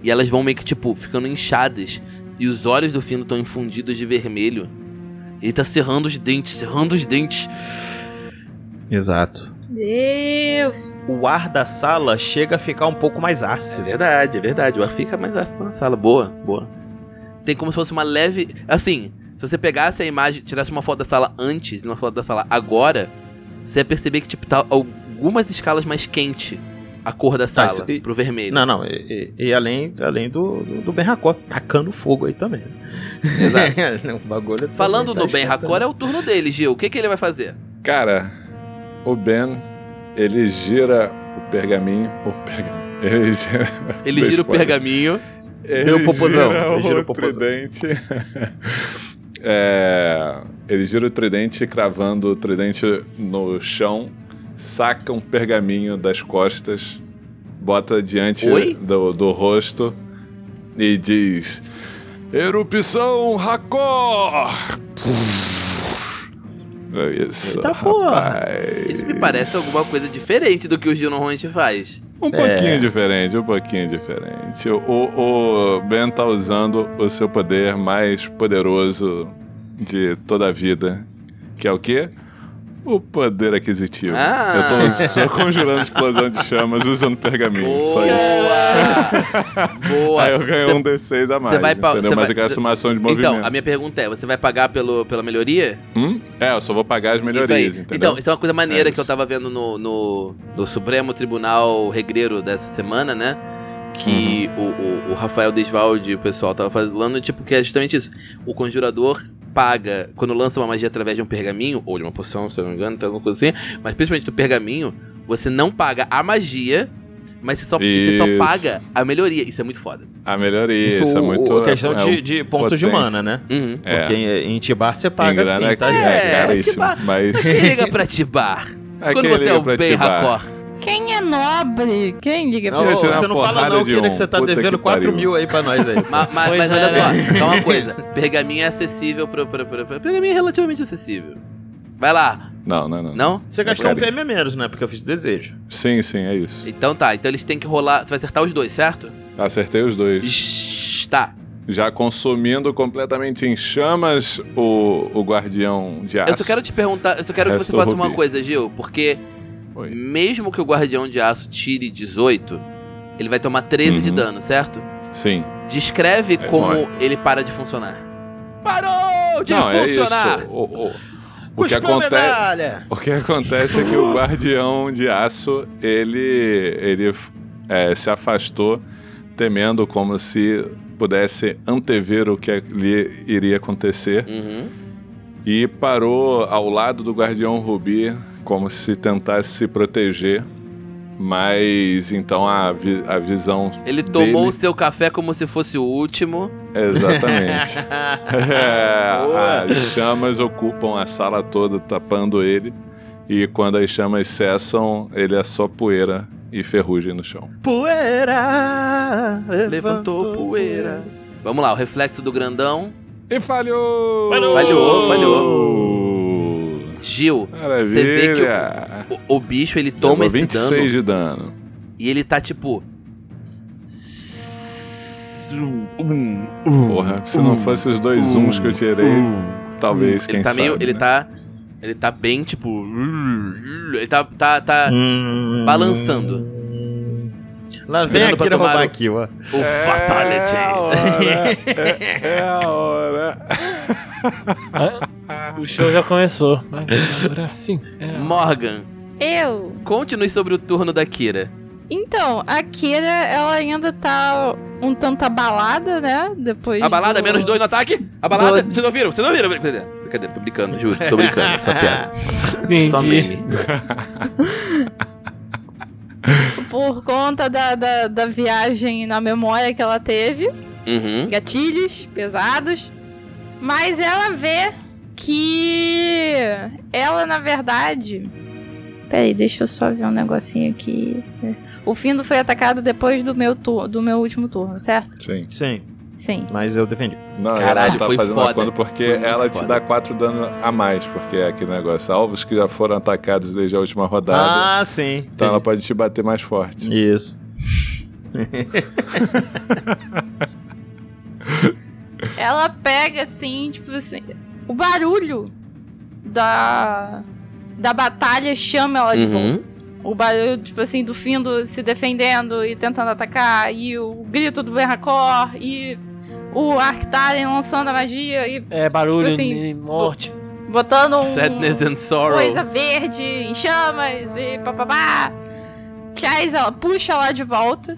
E elas vão meio que, tipo, ficando inchadas. E os olhos do Findo estão infundidos de vermelho. Ele tá cerrando os dentes, cerrando os dentes.
Exato.
Deus.
O ar da sala chega a ficar um pouco mais ácido.
verdade, é verdade. O ar fica mais ácido na sala. Boa, boa. Tem como se fosse uma leve. Assim, se você pegasse a imagem, tirasse uma foto da sala antes e uma foto da sala agora, você ia perceber que, tipo, tá algumas escalas mais quente a cor da sala
isso- e-
pro vermelho.
Não, não. E, e- e além, além do, do, do Ben Racor tacando fogo aí também. [LAUGHS] Exato. o bagulho
Falando
também
no
tá
Ben
esquentando.
Hakor, é o turno dele, Gil. O que, que ele vai fazer?
Cara, o Ben, ele gira o pergaminho. O pergaminho. Ele gira,
Ele
Dois
gira o
quadros.
pergaminho.
ele
Deu o popozão,
gira
ele gira o
o
popozão.
tridente. [LAUGHS] É, ele gira o tridente, cravando o tridente no chão, saca um pergaminho das costas, bota diante
Oi?
do, do rosto e diz: Erupção Racor! É Isso,
Eita porra!
rapaz.
Isso me parece alguma coisa diferente do que o Gil Norrante faz.
Um pouquinho diferente, um pouquinho diferente. O, o Ben tá usando o seu poder mais poderoso de toda a vida, que é o quê? O poder aquisitivo.
Ah.
Eu tô só conjurando explosão de chamas usando pergaminho. Só isso.
Boa! [LAUGHS] Boa!
Aí eu ganho
Cê-
um D6 a mais.
vai pa-
entendeu?
cê
Mas
vai-
eu ganho
cê-
uma ação de movimento.
Então, a minha pergunta é, você vai pagar pelo, pela melhoria?
Hum? É, eu só vou pagar as melhorias,
isso aí.
entendeu?
Então, isso é uma coisa maneira
É
que eu
isso.
tava vendo no, no, no Supremo Tribunal Regreiro dessa semana, né? Que
Uhum.
o, o, o Rafael Desvalde e o pessoal tava falando, tipo, que é justamente isso. O conjurador paga, quando lança uma magia através de um pergaminho, ou de uma poção, se eu não me engano, tem alguma coisa assim, mas principalmente do pergaminho, você não paga a magia, mas você só, você só
Isso.
paga a melhoria. Isso é muito foda.
A melhoria, isso, é
o-
muito...
a questão
é,
de, de pontos de
potência.
mana, né?
Uhum.
É.
Porque em em Tibar você paga
Em grana
sim, tá,
é,
gente?
É,
é caríssimo,
Tibar.
mas...
Quem
[LAUGHS]
liga pra Tibar? [LAUGHS] Quando
Aquele
você é o
pra
bem
ativar.
racor.
Quem é nobre? Quem liga
Não,
pra
Eu ia tirar
você
uma
não fala
porrada
não,
de
Kira,
um.
que você tá
Puta que
devendo 4
pariu.
mil aí pra
[LAUGHS]
nós aí.
Ma- ma-
Pois
mas
é,
olha
né?
só, só
[LAUGHS]
uma coisa. Pergaminho é acessível pro, pro, pro, pro- Pergaminho é relativamente acessível. Vai lá,
Não, é não, não.
não?
Você gastou um
carinho.
PM a menos, né? Porque eu fiz desejo.
Sim, sim, é isso.
Então tá, então eles têm que rolar. Você vai acertar os dois, certo?
Acertei os dois.
Sh- Tá.
Já consumindo completamente em chamas o, o guardião de aço.
Eu só quero te perguntar, eu só quero que
Eu
você
sou
faça uma
Rubi.
coisa, Gil, porque
Oi.
mesmo que o Guardião de Aço tire 18, ele vai tomar 13 de
Uhum.
dano, certo?
Sim.
Descreve
Aí
como
morre.
ele para de funcionar. Parou de
não,
funcionar!
é isso. O, o, o que
Cuspiu a
acontece...
medalha!
O que acontece é que o guardião de aço, ele, ele é, se afastou temendo como se pudesse antever o que lhe iria acontecer
Uhum.
e parou ao lado do guardião rubi como se tentasse se proteger, mas então a, vi- a visão
Ele tomou
Dele.
o seu café como se fosse o último. [LAUGHS]
exatamente É,
Boa.
as chamas ocupam a sala toda, tapando ele. E quando as chamas cessam, ele é só poeira e ferrugem no chão.
Poeira!
Levantou poeira. Vamos lá, o reflexo do grandão.
E falhou!
Falhou!
Falhou,
falhou.
Gil, você vê que
Maravilha!
o, o bicho ele toma
Levou
esse
26
dano
de dano.
e ele tá tipo. s-
Porra, se não fosse os dois uns que eu tirei, talvez, quem
Ele tá
sabe.
meio. Ele
né?
tá. Ele tá bem tipo. Ele tá. tá, tá balançando.
Hum. Lá vem
Esperando
a
pra
Kira
tomar
roubar
o-
aqui, ó.
O
É
fatality.
a hora, É, é a hora.
O show já começou. Agora sim.
É.
É,
Hum, Morgan,
eu?
conte-nos sobre o turno da Kira.
Então, a Kira, ela ainda tá um tanto abalada, né? Depois.
A balada,
do-
menos dois no ataque. A balada. Vocês não viram? Vocês não viram? Brincadeira, brincadeira, tô brincando, juro. Tô brincando, é só piada. Só meme.
Por conta da, da, da viagem na memória que ela teve.
Uhum.
Gatilhos pesados. Mas ela vê que. Ela, na verdade. Peraí, deixa eu só ver um negocinho aqui. O Findo foi atacado depois do meu, tu- do meu último turno, certo?
Sim.
Sim,
Sim.
mas eu defendi.
Não,
Caralho,
ela tá
foi
fazendo
foda.
a conta porque
Foi muito
ela
foda.
te dá 4 dano a mais, porque é aquele negócio. Alvos que já foram atacados desde a última rodada.
Ah, sim.
então ela
entendi.
pode te bater mais forte.
Isso.
Ela pega assim, tipo assim, o barulho da da batalha chama ela de volta.
Uhum.
O barulho, tipo assim, do Findo se defendendo e tentando atacar, e o grito do Berracor, e o Arctaren lançando a magia e
É, barulho,
Tipo
né,
assim,
morte.
botando um
Sadness and sorrow.
coisa verde em chamas e papabá. Traz ela, puxa ela de volta.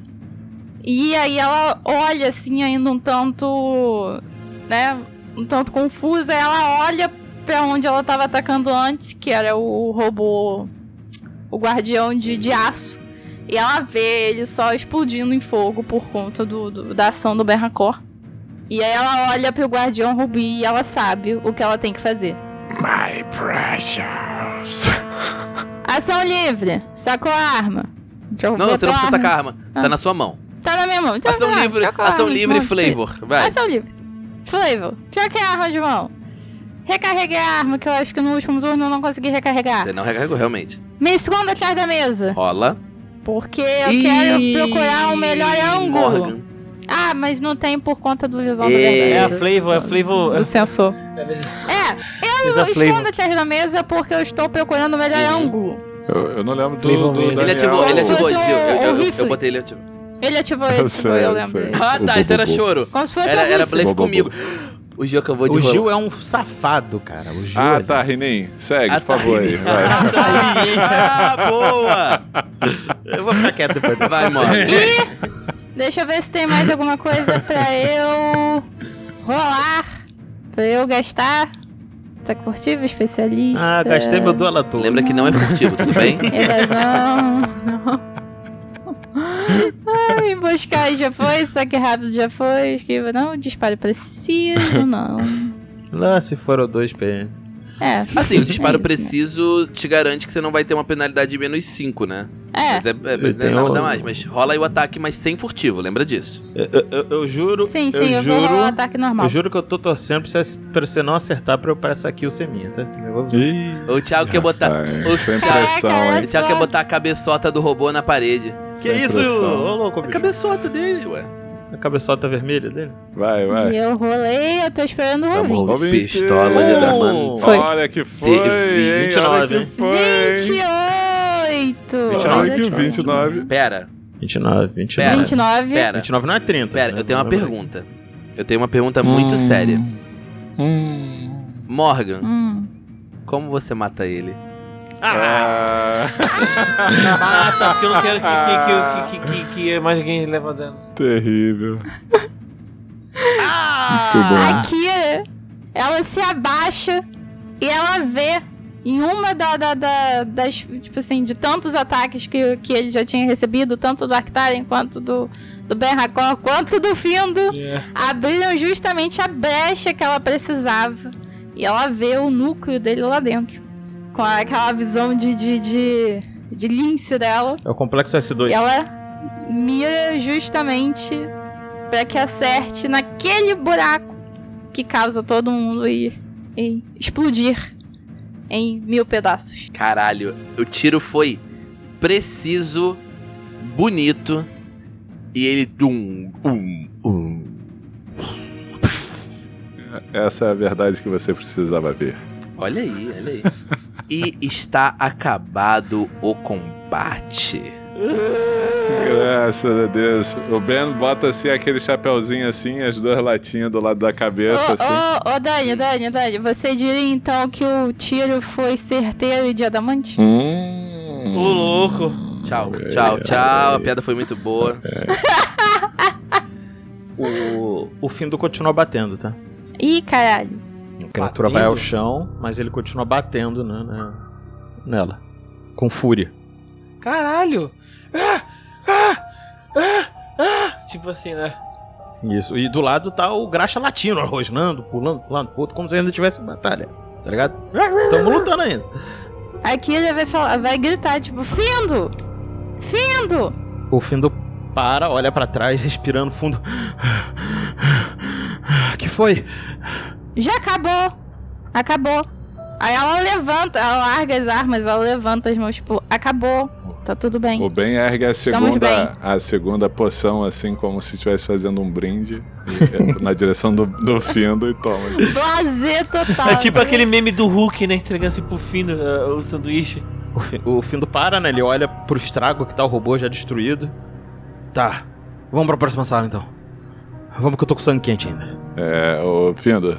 E aí ela olha assim, ainda um tanto. né? Um tanto confusa. Ela olha pra onde ela tava atacando antes, que era o robô. o guardião de, de aço. E ela vê ele só explodindo em fogo por conta do, do- da ação do Berracor. E aí ela olha pro guardião Rubi e ela sabe o que ela tem que fazer.
My precious.
Ação livre. Sacou a arma. Então,
Não, não, você
botou
não
a
precisa
arma.
sacar a arma. Tá na sua mão.
Tá na minha mão. Então,
Ação
vai lá,
livre,
sacou a
ação
arma de
livre
mão.
flavor. Vai.
Ação livre. Flavor. Troquei a arma de mão. Recarreguei a arma, que eu acho que no último turno eu não consegui recarregar.
Você não recarregou, realmente.
Me escondo atrás da mesa.
Rola.
Porque eu quero procurar o melhor ângulo.
Morgan.
Ah, mas não tem por conta do visão da
É,
verdade.
É a Flavor, é a Flavor.
do sensor. É, eu
Fiz a
escondo
Flavor.
atrás da mesa porque eu estou procurando o melhor
Uhum.
ângulo.
Eu, eu não lembro do,
Flavor
do
Maid.
Daniel.
Ele ativou, ele
Como se
ativou,
fosse
Gil.
um-
Eu, eu,
um
eu-
rifle.
eu botei ele ativou.
Ele ativou ele,
Eu
tipo,
sei,
eu
eu
lembro.
sei.
Ah, tá, isso era choro.
Como se fosse
Era,
um
era
rifle.
blefe comigo. O Gil acabou de
O
rolar.
Gil é um safado, cara. O Gil. é
Ah,
ele-
tá, Rinem. Segue,
Ah,
por
tá,
favor aí.
Rinem.
vai.
Ah, boa!
Eu vou ficar quieto depois.
Vai,
[LAUGHS]
Morgan.
Deixa eu ver se tem mais alguma coisa pra eu rolar. Pra eu gastar. Tá curtivo, especialista.
Ah, gastei meu dólar todo.
Lembra que não é furtivo, tudo bem?
[LAUGHS]
Evasão. não. Ai, emboscar já foi, só que rápido já foi. Esquiva não, disparo preciso, não.
Lá se foram dois PM.
É.
Assim, o disparo
é isso,
preciso te garante que você não vai ter uma penalidade de menos 5, né?
né?
Mas é, é, mas é
tenho-
nada mais. Mas rola aí o ataque, mas sem furtivo, lembra disso.
Eu, eu- eu- eu
É.
juro.
Sim,
eu,
sim, eu,
juro.
vou tá rolar um ataque normal.
eu juro que eu tô torcendo pra você, pra você não acertar pra eu passar aqui o ser minha, tá? Eu vou ver.
[LAUGHS] Ih,
O Thiago quer botar.
é,
sai,
O
Sem
Thiago,
pressão,
o
Caraca,
hein?
Thiago quer botar a cabeçota do robô na parede.
Que
Sem
isso?
pressão.
Ô, louco, bicho.
cabeçota dele, ué.
A cabeçota vermelha dele?
Vai, vai.
E eu rolei, eu tô esperando o
Tá bom,
ouvinte.
Robin.
pistola de dar mano.
Foi.
Olha que foi, hein? Olha
29,
que
hein?
foi. hein?
28!
29,
Olha que 29.
Pera,
29, 29.
Pera.
29.
pera,
29 não é 30.
pera,
né?
eu tenho uma
Vamos ver. Hum.
pergunta. Eu tenho uma pergunta muito séria. Morgan,
Hum.
como você mata ele?
Ah,
Ah,
Ah, tá, porque eu não quero que, que, que, que, que, que mais alguém leva dano.
terrível. Muito
Aqui, ela se abaixa e ela vê em uma da, da- da- das. Tipo assim, de tantos ataques que, que ele já tinha recebido, tanto do Arctaren quanto do, do Ben Hakor, quanto do Findo,
É.
abriram justamente a brecha que ela precisava. E ela vê o núcleo dele lá dentro. Com aquela visão de. de, de, de lince dela.
é o complexo S2.
E ela mira justamente pra que acerte naquele buraco que causa todo mundo ir, em explodir em mil pedaços.
Caralho, o tiro foi preciso, bonito, e ele. Dum, um, um.
bom. Essa é a verdade que você precisava ver.
Olha aí, olha aí. e está acabado o combate.
Graças a Deus. O Ben bota assim aquele chapéuzinho assim, as duas latinhas do lado da
Ô,
cabeça, assim.
ô, ô, Dani, Dani, Dani, você diria então que o tiro foi certeiro e diamante?
Hum.
Ô, louco.
Tchau, tchau, tchau. A piada foi muito boa.
O, o Findo continua batendo, tá?
Ih, caralho.
A criatura
Batendo?
vai ao chão, mas ele continua batendo né, né, nela. Com fúria.
Caralho. Ah, ah, ah, ah. Tipo assim, né?
Isso. E do lado tá o graxa latino, rosnando, pulando, pulando, pro outro, como se ainda tivesse batalha. Tá ligado? Tamo lutando ainda.
Aqui ele vai, falar, vai gritar, tipo, Findo! Findo!
O Findo para, olha pra trás, respirando fundo. [GASPS] Que foi?
Já acabou! Acabou! Aí ela levanta, ela larga as armas, ela levanta as mãos, tipo, acabou, tá tudo bem.
O Ben ergue a
Estamos
segunda, a segunda poção, assim, como se estivesse fazendo um brinde e- eh, [LAUGHS] na direção do, do Findo e toma.
Prazer total.
É
né?
tipo aquele meme do Hulk, né? Entregando assim pro fino ah, o sanduíche.
O, Fi- o Findo para, né? Ele olha pro estrago que tá o robô já destruído. Tá. Vamos pra próxima sala então. Vamos que eu tô com sangue quente ainda.
É, ô Findo.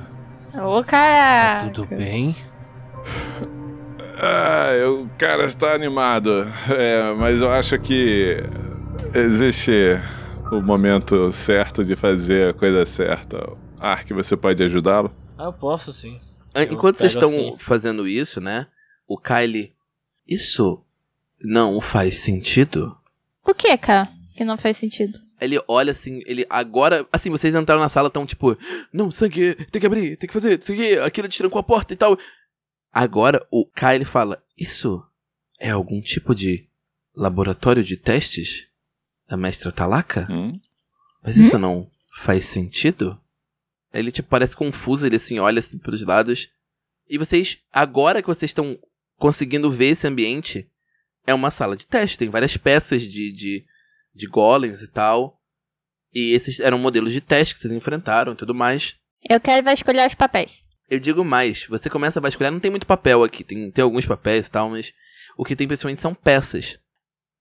Ô, cara.
É Tudo bem?
Ah, eu- o cara está animado. É, mas eu acho que existe o momento certo de fazer a coisa certa. Ark, você pode ajudá-lo?
Ah, eu posso sim.
An-
Eu
Enquanto vocês
pego
estão
assim.
fazendo isso, né? O Kylie. Isso não faz sentido?
O que, cara? Que não faz sentido.
Ele olha assim, ele agora. Assim, vocês entraram na sala, tão tipo. Não, sangue, tem que abrir, tem que fazer, isso aqui, aquilo atirando com a porta e tal. Agora o Kyle fala: Isso é algum tipo de laboratório de testes? Da mestra Talaka?
Hum?
Mas isso não faz sentido? Ele, tipo, parece confuso, ele assim, olha assim, pros lados. E vocês, agora que vocês estão conseguindo ver esse ambiente, é uma sala de teste, tem várias peças de, de, de golems e tal. E esses eram modelos de teste que vocês enfrentaram e tudo mais.
Eu quero vai escolher os papéis.
Eu digo mais, você começa a vasculhar, não tem muito papel aqui, tem, tem alguns papéis e tal, mas o que tem principalmente são peças.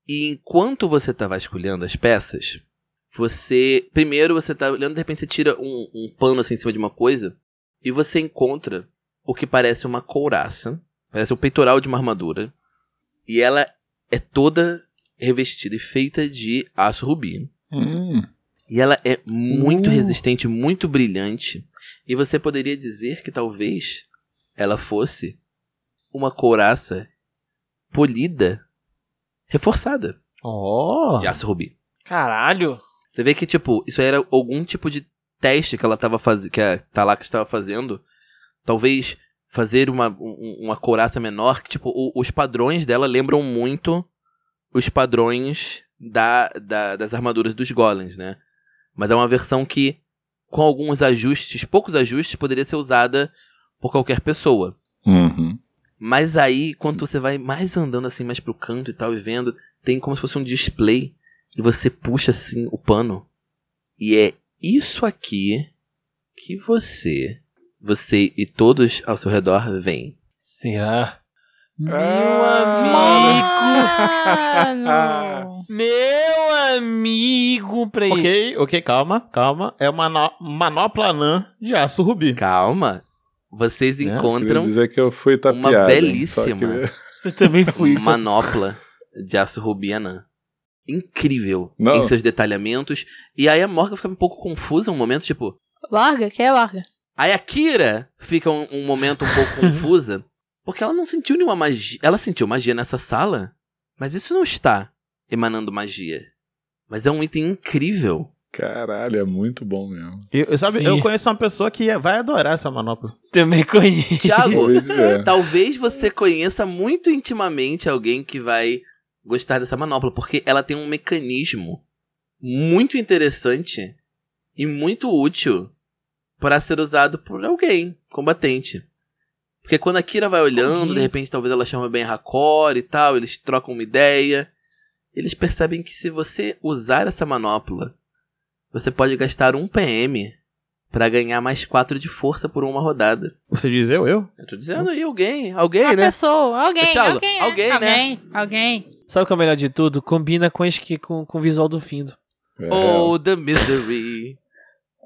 E enquanto você tá vasculhando as peças, você. Primeiro você tá olhando, de repente você tira um, um pano assim em cima de uma coisa, e você encontra o que parece uma couraça, parece o peitoral de uma armadura, e ela é toda revestida e feita de aço rubi.
Hum.
E ela é muito
Uh.
resistente, muito brilhante. E você poderia dizer que talvez ela fosse uma couraça polida, reforçada
Ó.
de aço rubi.
Caralho.
Você vê que, tipo, isso era algum tipo de teste que ela tava fazendo, que a Talaka estava fazendo. Talvez fazer uma, um- uma couraça menor, que, tipo, o- os padrões dela lembram muito os padrões da, da- das armaduras dos golems, né? Mas é uma versão que, com alguns ajustes, poucos ajustes, poderia ser usada por qualquer pessoa.
Uhum.
Mas aí, quando você vai mais andando assim, mais pro canto e tal, e vendo, tem como se fosse um display. E você puxa assim o pano. E é isso aqui que você, você e todos ao seu redor veem.
Será? Meu Ah, amigo.
Mano!
Meu amigo, peraí.
Ok, ok, calma, calma. É uma no- manopla anã de aço rubi.
Calma! Vocês
É, eu
Queria
encontram
dizer que Né? eu fui tapeado.
uma
hein, só
belíssima
queria-
Eu também fui.
manopla de aço rubiana. Incrível
Não.
em seus detalhamentos. E aí a Morgan fica um pouco confusa um momento, tipo,
Larga? Quem é larga?
Aí a Kira fica um, um momento um pouco confusa, porque ela não sentiu nenhuma magia. Ela sentiu magia nessa sala, mas isso não está emanando magia. Mas é um item incrível.
Caralho, é muito bom mesmo.
Eu, eu- sabe,
Sim.
eu conheço uma pessoa que é, vai adorar essa manopla.
Também conheço.
[LAUGHS]
Tiago, [LAUGHS]
Ouvi dizer.
talvez você conheça muito intimamente alguém que vai gostar dessa manopla, porque ela tem um mecanismo muito interessante e muito útil para ser usado por alguém combatente. Porque quando a Kira vai olhando, de repente talvez ela chama bem Hakor e tal, eles trocam uma ideia. Eles percebem que se você usar essa manopla, você pode gastar um PM para ganhar mais 4 de força por uma rodada.
Você diz eu, eu?
Eu tô
Hum.
dizendo aí, alguém, alguém,
Uma
né?
pessoa. Alguém,
Thiago,
alguém. é.
alguém, né?
Alguém, alguém.
[LAUGHS] Sabe o que é o melhor de tudo? Combina com, esqui- com, com o visual do Findo.
É,
Oh, the misery.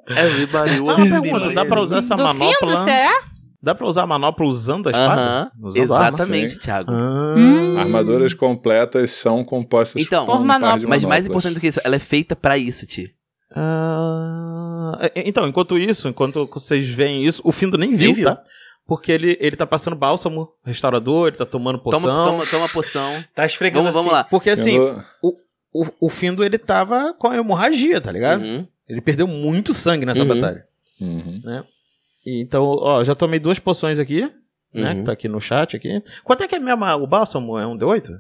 Everybody
Não,
wants
[LAUGHS] uma
to be
pergunta, dá pra usar essa
Do
manopla?
Findo, será?
Dá pra usar a manopla usando a espada?
Aham,
Usando a arma?
exatamente,
Sim.
Thiago.
Ah,
Hum.
Armaduras completas são compostas
Então,
por um
Por
par de
Mas mais
manoplas.
importante do que isso, ela é feita pra isso, Ti.
ah, e- então, enquanto isso, enquanto vocês veem isso, o Findo nem viu,
viu.
tá? Porque ele, ele tá passando bálsamo restaurador, ele tá tomando poção.
Toma, toma, toma poção.
Tá esfregando
Vamos, vamos lá.
Porque assim,
Eu não-
o, o Findo ele tava com a hemorragia, tá ligado?
Uhum.
Ele perdeu muito sangue nessa
Uhum.
batalha.
Uhum.
E então, ó, já tomei duas poções aqui, né?
Uhum.
Que tá aqui no chat aqui. Quanto é que é mesmo a- o bálsamo? É um D8?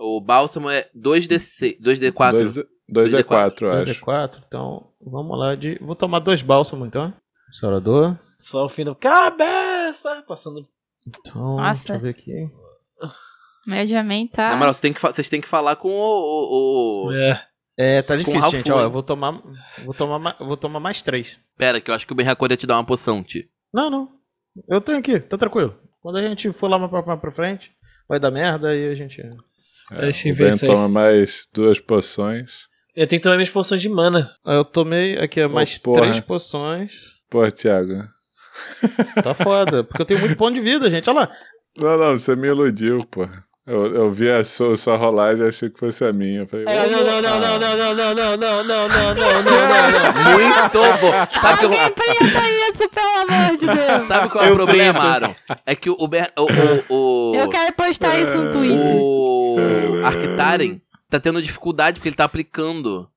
O bálsamo é 2D6, 2D4. é
2D4, é
É
eu
é
acho.
4 um então vamos lá. De... Vou tomar dois bálsamos então. Restaurador.
Só o Findo. Cabeça! Passando.
Então,
Nossa.
deixa eu ver aqui.
Meu diamante tá.
Na moral, você tem que fa- vocês têm que falar com o. o, o-
É.
É, tá difícil,
Ralph
gente. Ó,
Lauren.
eu vou tomar, vou tomar, ma- vou tomar mais três.
Pera, que eu acho que o Benhacor ia te dar uma poção,
[LAUGHS]
Ti.
Não, não. Eu tenho aqui, tá tranquilo. Quando a gente for lá mais pra, mais pra frente, vai dar merda e a gente.
É,
Deixa eu
o
ver
Ben
isso aí.
toma mais duas poções.
Eu tenho que tomar minhas poções de mana.
Eu tomei aqui ó, mais
porra.
três poções.
Pô, Thiago.
Tá foda, porque eu tenho muito ponto de vida, gente. Olha lá.
Não, não, você me iludiu, pô. Eu, eu vi a sua, sua rolagem e achei que fosse a minha. Eu falei,
Não,
"Ô,
É, não, não, não, não, não, não, não, não, não, não, não, não, [LAUGHS] não, não.
Muito bom. Sabe que eu,
Alguém preta isso, pelo amor
[LAUGHS]
de Deus.
sabe qual é o problema, Aaron? É que o. Ben- o, o, o-
Eu quero postar isso
É.
no Twitter.
O Arctaren tá tendo dificuldade porque ele tá aplicando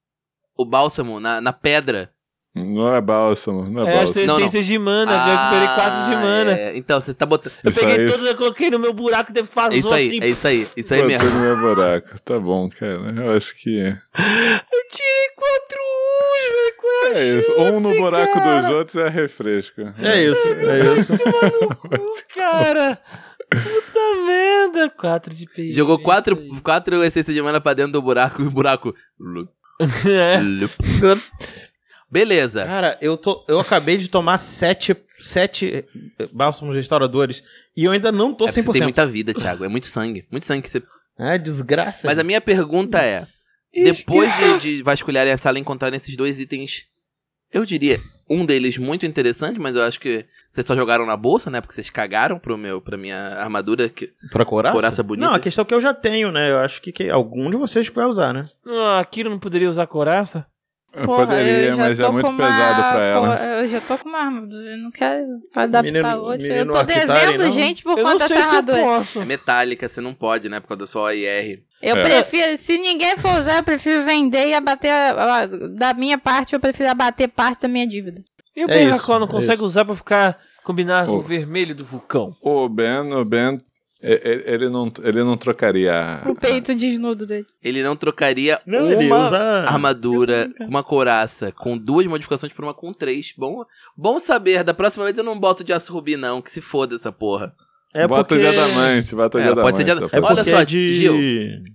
o bálsamo na, na pedra.
Não é bálsamo, não é,
É as
bálsamo.
Não, não.
essências de mana. Eu recuperei 4 de
Ah,
mana.
é. Então, você tá botando.
Eu
Isso
peguei
aí,
todas, eu coloquei no meu buraco e
É
fazou
isso aí,
assim.
é isso aí, isso aí
botou
mesmo.
no meu buraco. Tá bom, cara. Eu acho que. é
Eu tirei 4 uns, velho. qual a
É isso. Um no
chance,
buraco
cara?
dos outros é refresco.
[LAUGHS]
É isso, é isso.
Cara, puta merda. Joga 4 de PI.
Jogou
é
quatro,
isso aí.
quatro essências de mana pra dentro do buraco e o buraco. Lup,
[LAUGHS] É.
lup. Beleza.
Cara, eu, tô, eu acabei de tomar sete, sete eh, bálsamos restauradores e eu ainda não tô
É porque você
100%.
tem muita vida, Thiago. É muito sangue. Muito sangue que você.
É desgraça.
Mas a minha pergunta é: [LAUGHS] depois de, de vasculharem a sala e encontrarem esses dois itens, eu diria um deles muito interessante, mas eu acho que vocês só jogaram na bolsa, né? Porque vocês cagaram pro meu, pra minha armadura. Que...
Pra coraça?
Coraça bonita.
Não, a questão é que eu já tenho, né? Eu acho que, que algum de vocês vai usar, né?
Ah, Kira não poderia usar coraça?
Eu poderia,
eu já
mas é
tô
muito
com uma-
pesado pra ela.
pô, Eu já tô com uma armadura, eu não quero adaptar
Menino-
outra. Eu
menino
tô
Akitari,
devendo,
não?
gente, por
eu não
conta
sei
dessa
se eu
armadura.
posso.
É metálica, você não pode, né? Por causa da sua OIR.
Eu
É.
prefiro, se ninguém for usar, eu prefiro vender e abater. a- a- Da minha parte, eu prefiro abater parte da minha dívida.
E o
É
Ben
isso,
Racó não
é
consegue
isso.
usar pra ficar combinar com o
Pô.
vermelho do vulcão.
O Ben, o Ben, e- e- ele não, ele não trocaria. a-
O peito desnudo dele.
Ele não Ah, trocaria uma armadura, uma coraça com duas modificações por uma com três. Bom, bom saber, da próxima vez eu não boto de aço rubi, não, que se foda essa porra.
É
bota
porque...
de adamante, bota
É,
de adamante.
pode ser de
essa
ada-
É
porra.
Olha
porque
só,
é de...
Gil.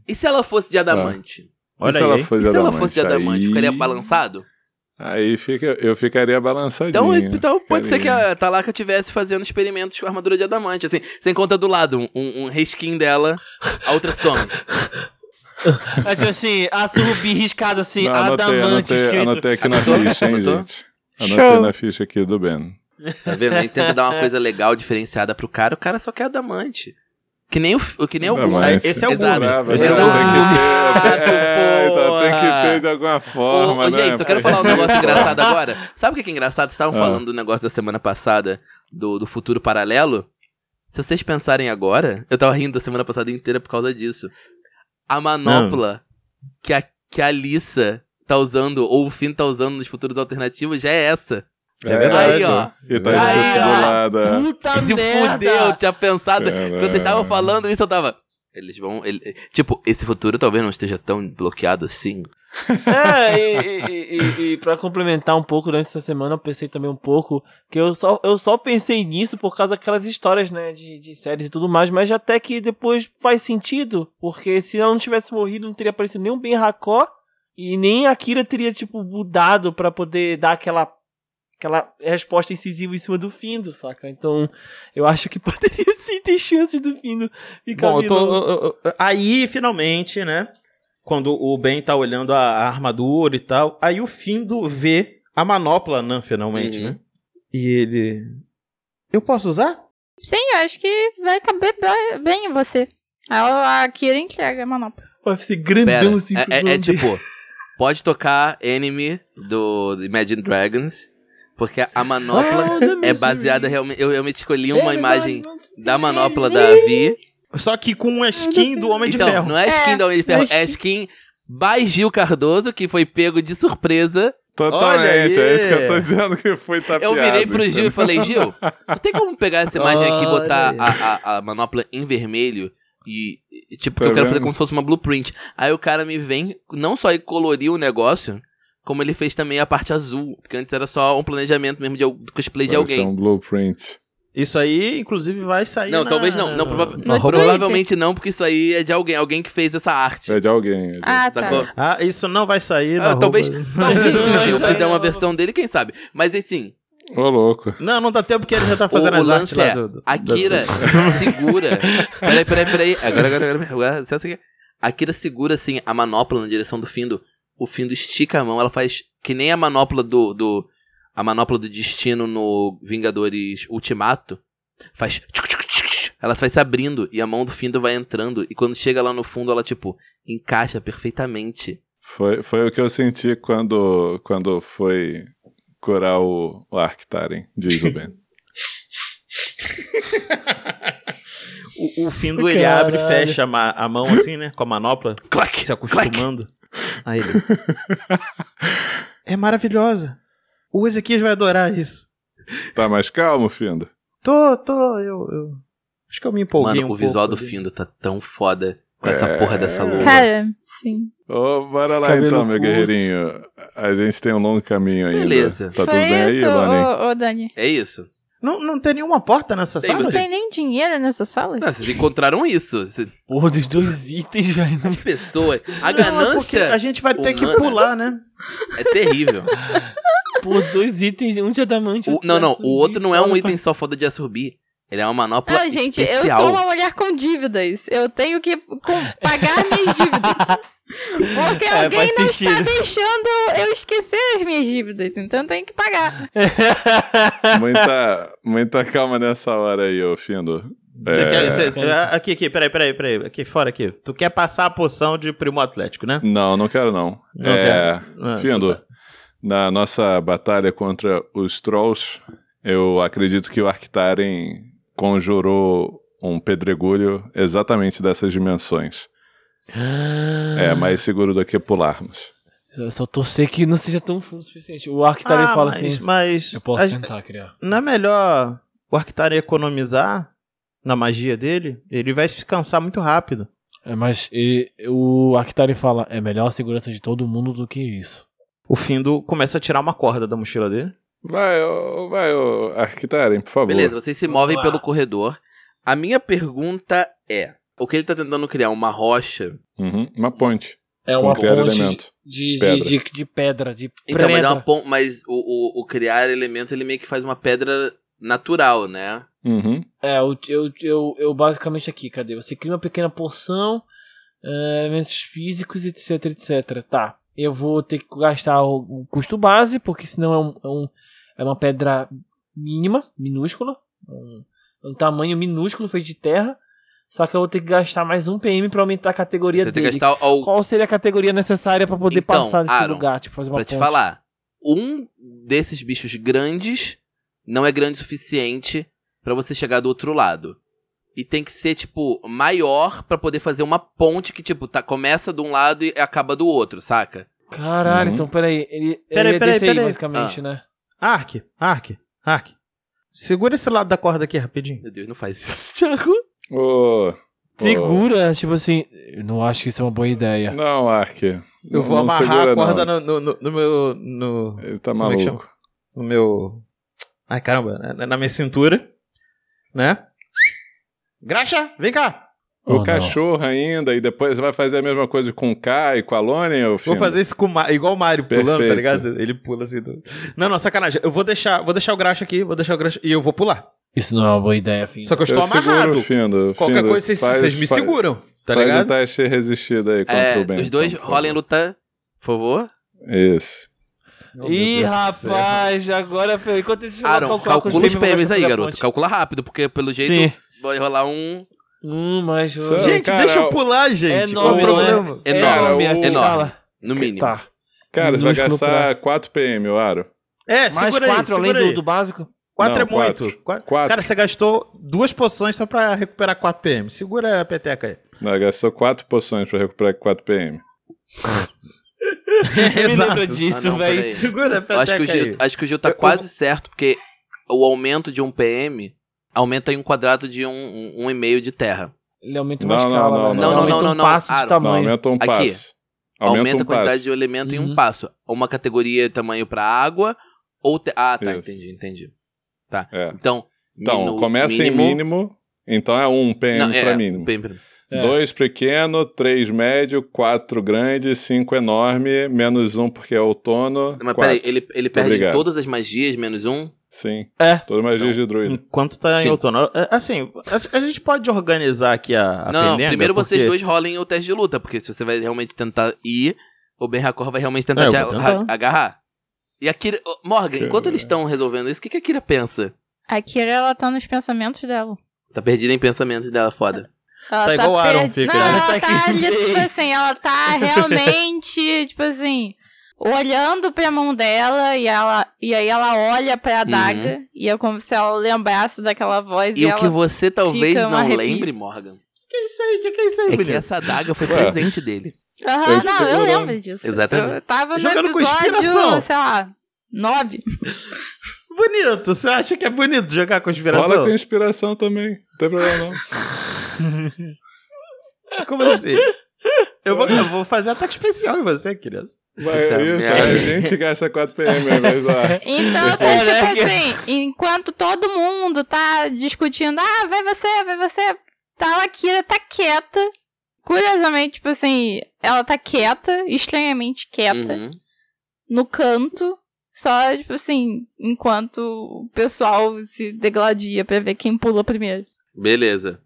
E se ela fosse de adamante?
E
Olha
se ela
aí.
E
fosse Ah, de
se
adamante?
ela fosse de adamante,
aí...
ficaria balançado?
Aí fica, eu ficaria
Então,
balançadinho.
então pode ser que
ficaria.
a Talaka tivesse fazendo experimentos com a armadura de adamante, assim. Você encontra do lado um, um, um reskin dela, a outra some.
Aí, tipo assim, aço rubi riscado assim,
Não, anotei,
adamante
anotei,
escrito.
anotei
[LAUGHS]
aqui na
Anotou?
ficha, hein,
Anotou?
gente. Anotei
Show.
na ficha aqui do Ben.
Tá vendo? Ele tenta dar uma coisa legal, diferenciada pro cara, o cara só quer adamante. Que nem o, f- que nem o
Não,
Gumer.
mas-
Esse é o
Exato.
Gumer.
Brava,
Esse
né?
é o
Então tem
Gumer.
[LAUGHS]
que ter- é, então tem
um porra.
que ter de alguma
Ô,
forma,
ô,
né?
gente, só quero
Pô,
falar um
[LAUGHS]
negócio engraçado agora. Sabe o que que é engraçado? Vocês estavam
Ah.
falando do negócio da semana passada, do, do futuro paralelo. Se vocês pensarem agora, eu tava rindo a semana passada inteira por causa disso. A manopla que, a, que a Alissa tá usando, ou o Finn tá usando nos futuros alternativos, já é essa.
É verdade.
Aí, ó.
E tá
Aí,
é.
ó.
desarticulada.
Puta
Se
Tá merda!
fudeu, eu tinha pensado.
Caralho.
Quando vocês estavam falando isso, eu tava. Eles vão. ele- tipo, esse futuro talvez não esteja tão bloqueado assim.
É, e, e, e- e- e pra complementar um pouco, durante essa semana eu pensei também um pouco que eu só, eu só pensei nisso por causa daquelas histórias, né, de, de séries e tudo mais, mas até que depois faz sentido, porque se ela não tivesse morrido, não teria aparecido nem o Ben Racó e nem a Kira teria, tipo, mudado pra poder dar aquela aquela resposta incisiva em cima do Findo, saca? Então, eu acho que [LAUGHS] poderia sim ter chance do Findo ficar
Bom, eu tô,
vilão.
eu- eu- aí, finalmente, né? Quando o Ben tá olhando a, a armadura e tal, aí o Findo vê a manopla Nan, finalmente,
Uhum.
né? E ele. Eu posso usar?
Sim, eu acho que vai caber be- bem em você. A, a Kira entrega a manopla.
Vai ser
Pera,
grandão assim
é,
pro
é- é
Zombie.
tipo, pode tocar Enemy do Imagine Dragons, porque a
Ah,
manopla é baseada realmente. Eu realmente escolhi uma imagem da manopla da Vi.
Só que com a skin do Homem de
Então,
Ferro.
não é skin
É,
da Homem de Ferro,
mas-
é skin by Gil Cardoso, que foi pego de surpresa.
Totalmente,
Olha aí.
é isso que eu tô dizendo que foi tapeado.
Eu virei pro
então.
Gil e falei, Gil, tu tem como pegar essa imagem aqui e botar a, a- a manopla em vermelho? E, e, tipo, que
Tá
eu quero fazer
vendo?
como se fosse uma blueprint. Aí o cara me vem, não só e coloriu o negócio, como ele fez também a parte azul. Porque antes era só um planejamento mesmo de al- do cosplay de
Vai ser
alguém.
um blueprint.
Isso aí, inclusive, vai sair.
Não,
na-
talvez não. não é prova-
na roupa-
provavelmente não, porque isso aí é de alguém. Alguém que fez essa arte.
É de alguém. é de-
Ah, tá.
Sacou?
Ah, isso não vai sair. na
Ah, talvez,
roupa.
talvez se o Gil
Mas aí
fizer uma
eu-
versão dele, quem sabe. Mas assim,
Ô, louco.
Não, não dá tempo porque ele já tá
O,
fazendo
o
as
lance
artes lá
é,
do. do-
a Kira segura. Peraí, peraí, peraí. Agora, agora, agora. agora licença aqui. A Kira segura, assim, a manopla na direção do Findo. O Findo estica a mão, ela faz que nem a manopla do. do a manopla do destino no Vingadores Ultimato. Faz. tchuc, tchuc, tchuc, tchuc. Ela vai se abrindo e a mão do Findo vai entrando. E quando chega lá no fundo, ela, tipo, encaixa perfeitamente.
Foi, foi o que eu senti quando, quando foi curar o, o Arctaren, diz o Ben.
O, o Findo, ele
Caralho.
abre e fecha a, ma- a mão assim, né? Com
[LAUGHS]
a manopla.
Clac!
se acostumando. Aí ele. é maravilhosa. O Ezequias vai adorar isso.
tá mais calmo, Findo?
Tô, tô, eu. eu- Acho que eu me empolguei
Mano,
um
o visual do
pouco ali.
Findo tá tão foda com essa porra dessa lua.
Cara, sim.
Ô, bora lá
Cabelo
então, meu
curto.
guerreirinho. A gente tem um longo caminho ainda.
Beleza.
Tá tudo
Foi
bem aí,
isso,
Lani?
ô, ô Dani?
É isso.
Não, não tem nenhuma porta nessa
Tem,
sala?
Não
você-
tem nem dinheiro nessa sala?
Não, vocês encontraram isso. Você-
Porra, dos dois itens, velho.
As pessoas. A
Não, é porque
ganância
a gente vai ter que
humana.
pular, né?
é terrível.
Porra, dois itens, um de adamante.
O-
outro
não,
de
não.
aço,
O outro não é um
foda
item só foda de assorbir. Ele é uma manopla.
Ah,
Não, gente,
especial.
eu sou uma mulher com dívidas. Eu tenho que com- pagar minhas dívidas. Porque
É,
alguém
faz
não está
sentido.
deixando eu esquecer as minhas dívidas. Então eu tenho que pagar.
pra-
Muita, muita calma tá nessa hora aí, ô Findo.
Você
É.
quer, você- ah, aqui, aqui, peraí, peraí, peraí. Aqui, fora aqui. Tu quer passar a poção de primo atlético, né?
Não, não quero não.
Não
é,
quero. Ah,
Findo,
então
na nossa batalha contra os Trolls, eu acredito que o Arctaren conjurou um pedregulho exatamente dessas dimensões. É mais seguro do que pularmos.
Só, Ah, só torcer que não seja tão fundo o suficiente. O Arctaren
Ah,
fala
mas,
assim:
Mas
Eu posso
a-
tentar criar.
não é melhor o Arctaren economizar na magia dele? Ele vai se cansar muito rápido.
É, mas e, o Arctaren fala: é melhor a segurança de todo mundo do que isso.
O Findo começa a tirar uma corda da mochila dele.
Vai, ô, vai, ô, Arctaren, por favor.
Beleza, vocês se movem
Vamos lá.
pelo corredor. A minha pergunta é: o que ele tá tentando criar? Uma rocha?
Uhum, uma ponte.
É
Com
uma
qualquer
ponte
elemento.
de, de,
Pedra.
de, de pedra, de
Então, mas,
pedra.
dá uma pon- mas o, o- o criar elementos, ele meio que faz uma pedra natural, né?
Uhum.
É, eu, eu, eu, eu basicamente aqui, cadê? Você cria uma pequena porção, é, elementos físicos, etc, etc. Tá. Eu vou ter que gastar o, o custo base, porque senão é, um, é, um- é uma pedra mínima, minúscula. Um, um tamanho minúsculo feito de terra. Só que eu vou ter que gastar mais um PM pra aumentar a categoria
Você tem que
dele.
gastar ao,
Qual seria a categoria necessária pra poder
Então,
passar desse
Aaron,
lugar? Tipo, fazer uma
Pra te
ponte?
falar, um desses bichos grandes não é grande o suficiente pra você chegar do outro lado. E tem que ser, tipo, maior pra poder fazer uma ponte que, tipo, tá, começa de um lado e acaba do outro, saca?
Caralho,
Uhum.
então peraí. Ele,
Peraí,
ele é
peraí,
desse aí,
peraí.
basicamente,
[LAUGHS]
né?
Ark, Ark, Ark. Segura esse lado da corda aqui rapidinho.
Meu Deus, não faz isso, Thiago.
Ô, ô,
Segura, tipo assim, eu não acho que isso é uma boa ideia.
Não, Ark.
Eu vou amarrar a corda no, no- no- no meu. No,
Ele tá
Como é que chama?
maluco.
no meu. Ai, caramba, na, na minha cintura. Né? Graxa, vem cá!
Oh,
O
não.
cachorro ainda, e depois vai fazer a mesma coisa com o Kai, com a Lone, ô
Vou
Findo?
fazer isso com o Ma- igual o Mario pulando, tá
Perfeito.
ligado? Ele pula assim. do- Não, não, sacanagem. Eu vou deixar, vou deixar o graxa aqui, vou deixar o graxa e eu vou pular.
Isso não é uma boa ideia, filho.
Só que eu estou
seguro,
amarrado.
Findo,
Qualquer
Findo,
coisa vocês,
faz-
vocês me
faz-
seguram, tá
faz
ligado?
o teste resistido aí contra
É,
o Ben.
os dois
então, por
rolem
favor.
luta, por favor.
Isso.
Ih, rapaz, agora foi. Enquanto eles
Aaron, calcula os PMs aí, garoto.
Calcula
Calcula rápido, porque pelo jeito
Sim.
vai rolar um...
Um mais
Só-
outro.
Gente,
Cara,
deixa eu
o-
pular, gente.
É
Qual o
nome,
né?
problema?
É
Enorme,
enorme,
enorme.
a escala.
No mínimo.
Tá.
Cara, você vai
Minúsculo
gastar 4 PM, o Aro.
É,
Mais
segura aí,
quatro além
segura
do,
aí.
do
[LAUGHS]
básico?
Quatro
Não,
é muito.
quatro.
Quatro.
Quatro.
Cara, você gastou duas poções só pra recuperar 4 PM. Segura a
[LAUGHS]
peteca aí.
Não, gastou 4 poções pra recuperar 4 PM.
Eu me lembro
Ah,
disso,
não,
velho.
peraí.
Segura a
Eu
peteca
acho, que o Gil,
é aí.
acho que o Gil tá quase certo, porque o aumento de um PM aumenta em um quadrado de um, um, um e meio de terra.
Ele aumenta uma
Não, não,
escala,
não,
né?
não,
Ele
não,
aumenta
não,
um
não,
passo
Aaron.
de
Não,
Não,
tamanho.
aumenta um
Aqui.
passo.
Aumenta,
um
a quantidade
passo.
de elemento em um
Uhum.
passo. Uma categoria tamanho pra água, ou... te- Ah, tá,
Isso.
entendi, entendi. Tá,
É.
então...
Então,
minu-
começa em mínimo, então é 1 PM
Não, é,
pra mínimo.
bem, bem.
É.
Dois pequeno, três médio, quatro grande, cinco enorme, menos um porque é outono.
Mas
quatro.
peraí, ele, ele perde
Obrigado.
todas as magias, menos um?
Sim.
É.
Todas magias de druida.
Enquanto tá
Sim.
em outono. É, Assim, a, a gente pode organizar aqui a, a
não,
pelenga,
primeiro vocês
porque-
dois rolem o teste de luta, porque se você vai realmente tentar ir, o Ben Hakor vai realmente tentar
É, eu
te
vou
a-
tentar.
a- agarrar. E a Kira. Ô, Morgan,
Quero
enquanto
ver.
eles estão resolvendo isso, o que, que a Kira pensa?
A Kira, ela tá nos pensamentos dela.
Tá perdida em pensamentos dela, foda.
Ela
Tá igual o Aaron
per-
fica,
Não,
né?
ela
Tá
tá
[LAUGHS]
que
ali,
nem.
tipo assim, ela tá realmente, tipo assim, olhando pra mão dela e, ela, e aí ela olha pra
Uhum.
adaga e é como se ela lembrasse daquela voz e,
E, o
ela...
que você talvez
fica um
não
arrepio.
lembre, Morgan,
Que isso aí? Que que é isso aí,
é que
menino?
essa adaga
[LAUGHS]
foi
Ué.
presente dele.
Aham,
Eu
não,
sei,
eu
eu
lembro disso.
Exatamente.
Eu tava no
Jogando com
episódio,
inspiração.
sei lá, nove.
assim.
Bonito. Você acha que é bonito jogar
Rola
conspiração?
com inspiração também. Não tem problema, não.
Como assim? Eu vou, eu vou fazer ataque especial em você, criança.
Vai,
Puta
isso,
merda.
a gente gasta 4 PM ao invés lá.
Então, tá,
É, né,
tipo
que-
assim, enquanto todo mundo tá discutindo, ah, vai você, vai você, tá a Kira tá quieta. Curiosamente, tipo assim, ela tá quieta, estranhamente quieta,
Uhum.
no canto, só, tipo assim, enquanto o pessoal se degladia pra ver quem pula primeiro.
Beleza.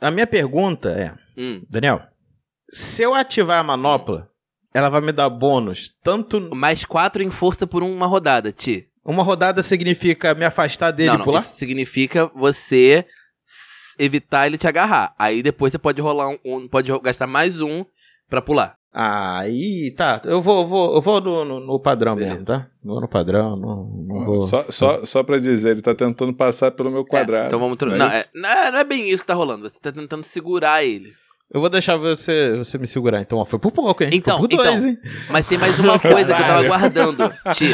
A minha pergunta é,
Hum.
Daniel, se eu ativar a manopla, ela vai me dar bônus. Tanto
Mais quatro em força por uma rodada, Ti.
uma rodada significa me afastar dele
não,
e
não.
pular?
Isso significa você s- evitar ele te agarrar. Aí depois você pode rolar um, um- pode ro- gastar mais um pra pular.
Aí, tá. Eu vou, eu vou, eu vou no, no- no padrão
Beleza.
mesmo, tá? Vou no padrão, não, não vou.
Só, só, só pra dizer, ele tá tentando passar pelo meu quadrado.
É, então vamos trocar.
não é
Não,
isso?
é, não, é- não é bem isso que tá rolando. Você tá tentando segurar ele.
Eu vou deixar você, você me segurar, então. Ó, foi por pouco, hein?
Então,
foi por dois,
então.
hein?
Mas tem mais
[LAUGHS]
uma coisa que eu tava
Caralho.
guardando, Ti.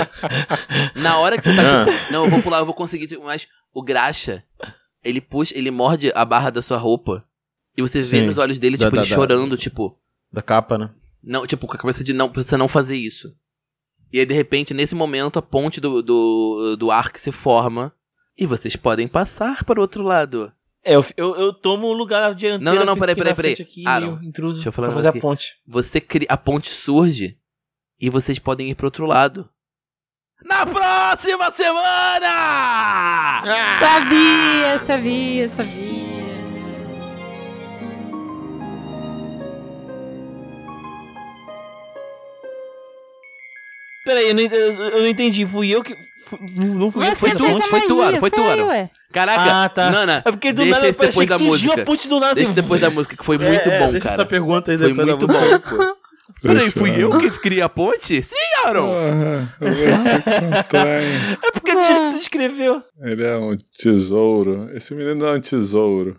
Na hora que você tá
Ah.
tipo, não, eu vou pular, eu vou conseguir. tipo, Mas o graxa, ele puxa, ele morde a barra da sua roupa. E você vê
Sim.
nos olhos dele,
Dá-
tipo,
dá-
ele
dá.
chorando, tipo,
Da capa, né?
Não, tipo, com a cabeça de não, pra você não fazer isso. E aí, de repente, nesse momento, a ponte do, do, do ar que se forma. E vocês podem passar para o outro lado.
É, eu,
Eu, eu tomo o lugar assim, dianteiro.
Não, não, não, peraí,
aqui
peraí,
na
peraí.
frente Aqui,
Ah,
ah,
não.
Intruso,
Deixa eu falar
pra
um
fazer
aqui.
a ponte.
Você cria. A ponte surge. E vocês podem ir pro outro lado. Na próxima
É.
semana!
Ah.
Sabia, sabia, sabia.
Peraí, eu não, en- eu- eu não entendi. Fui eu que. fui- não não fui eu
Você
que foi
fez
tu?
tu,
a
foi tu,
magia,
Ana, foi tu, Ana.
ué.
Caraca,
Ah, tá.
Nana,
É porque do
deixa
nada
esse depois
parecia
da
que surgiu
música.
a ponte do nada.
Deixa
assim,
depois da música, que foi muito
É, é,
bom,
deixa
cara.
essa pergunta aí
Foi
depois da
muito
música.
bom. é- Peraí, fui eu que criei a ponte? Sim, Aaron!
Porra, eu vou um te contar, hein?
É porque do jeito que tu descreveu.
Ele é um tesouro. Esse menino é um tesouro.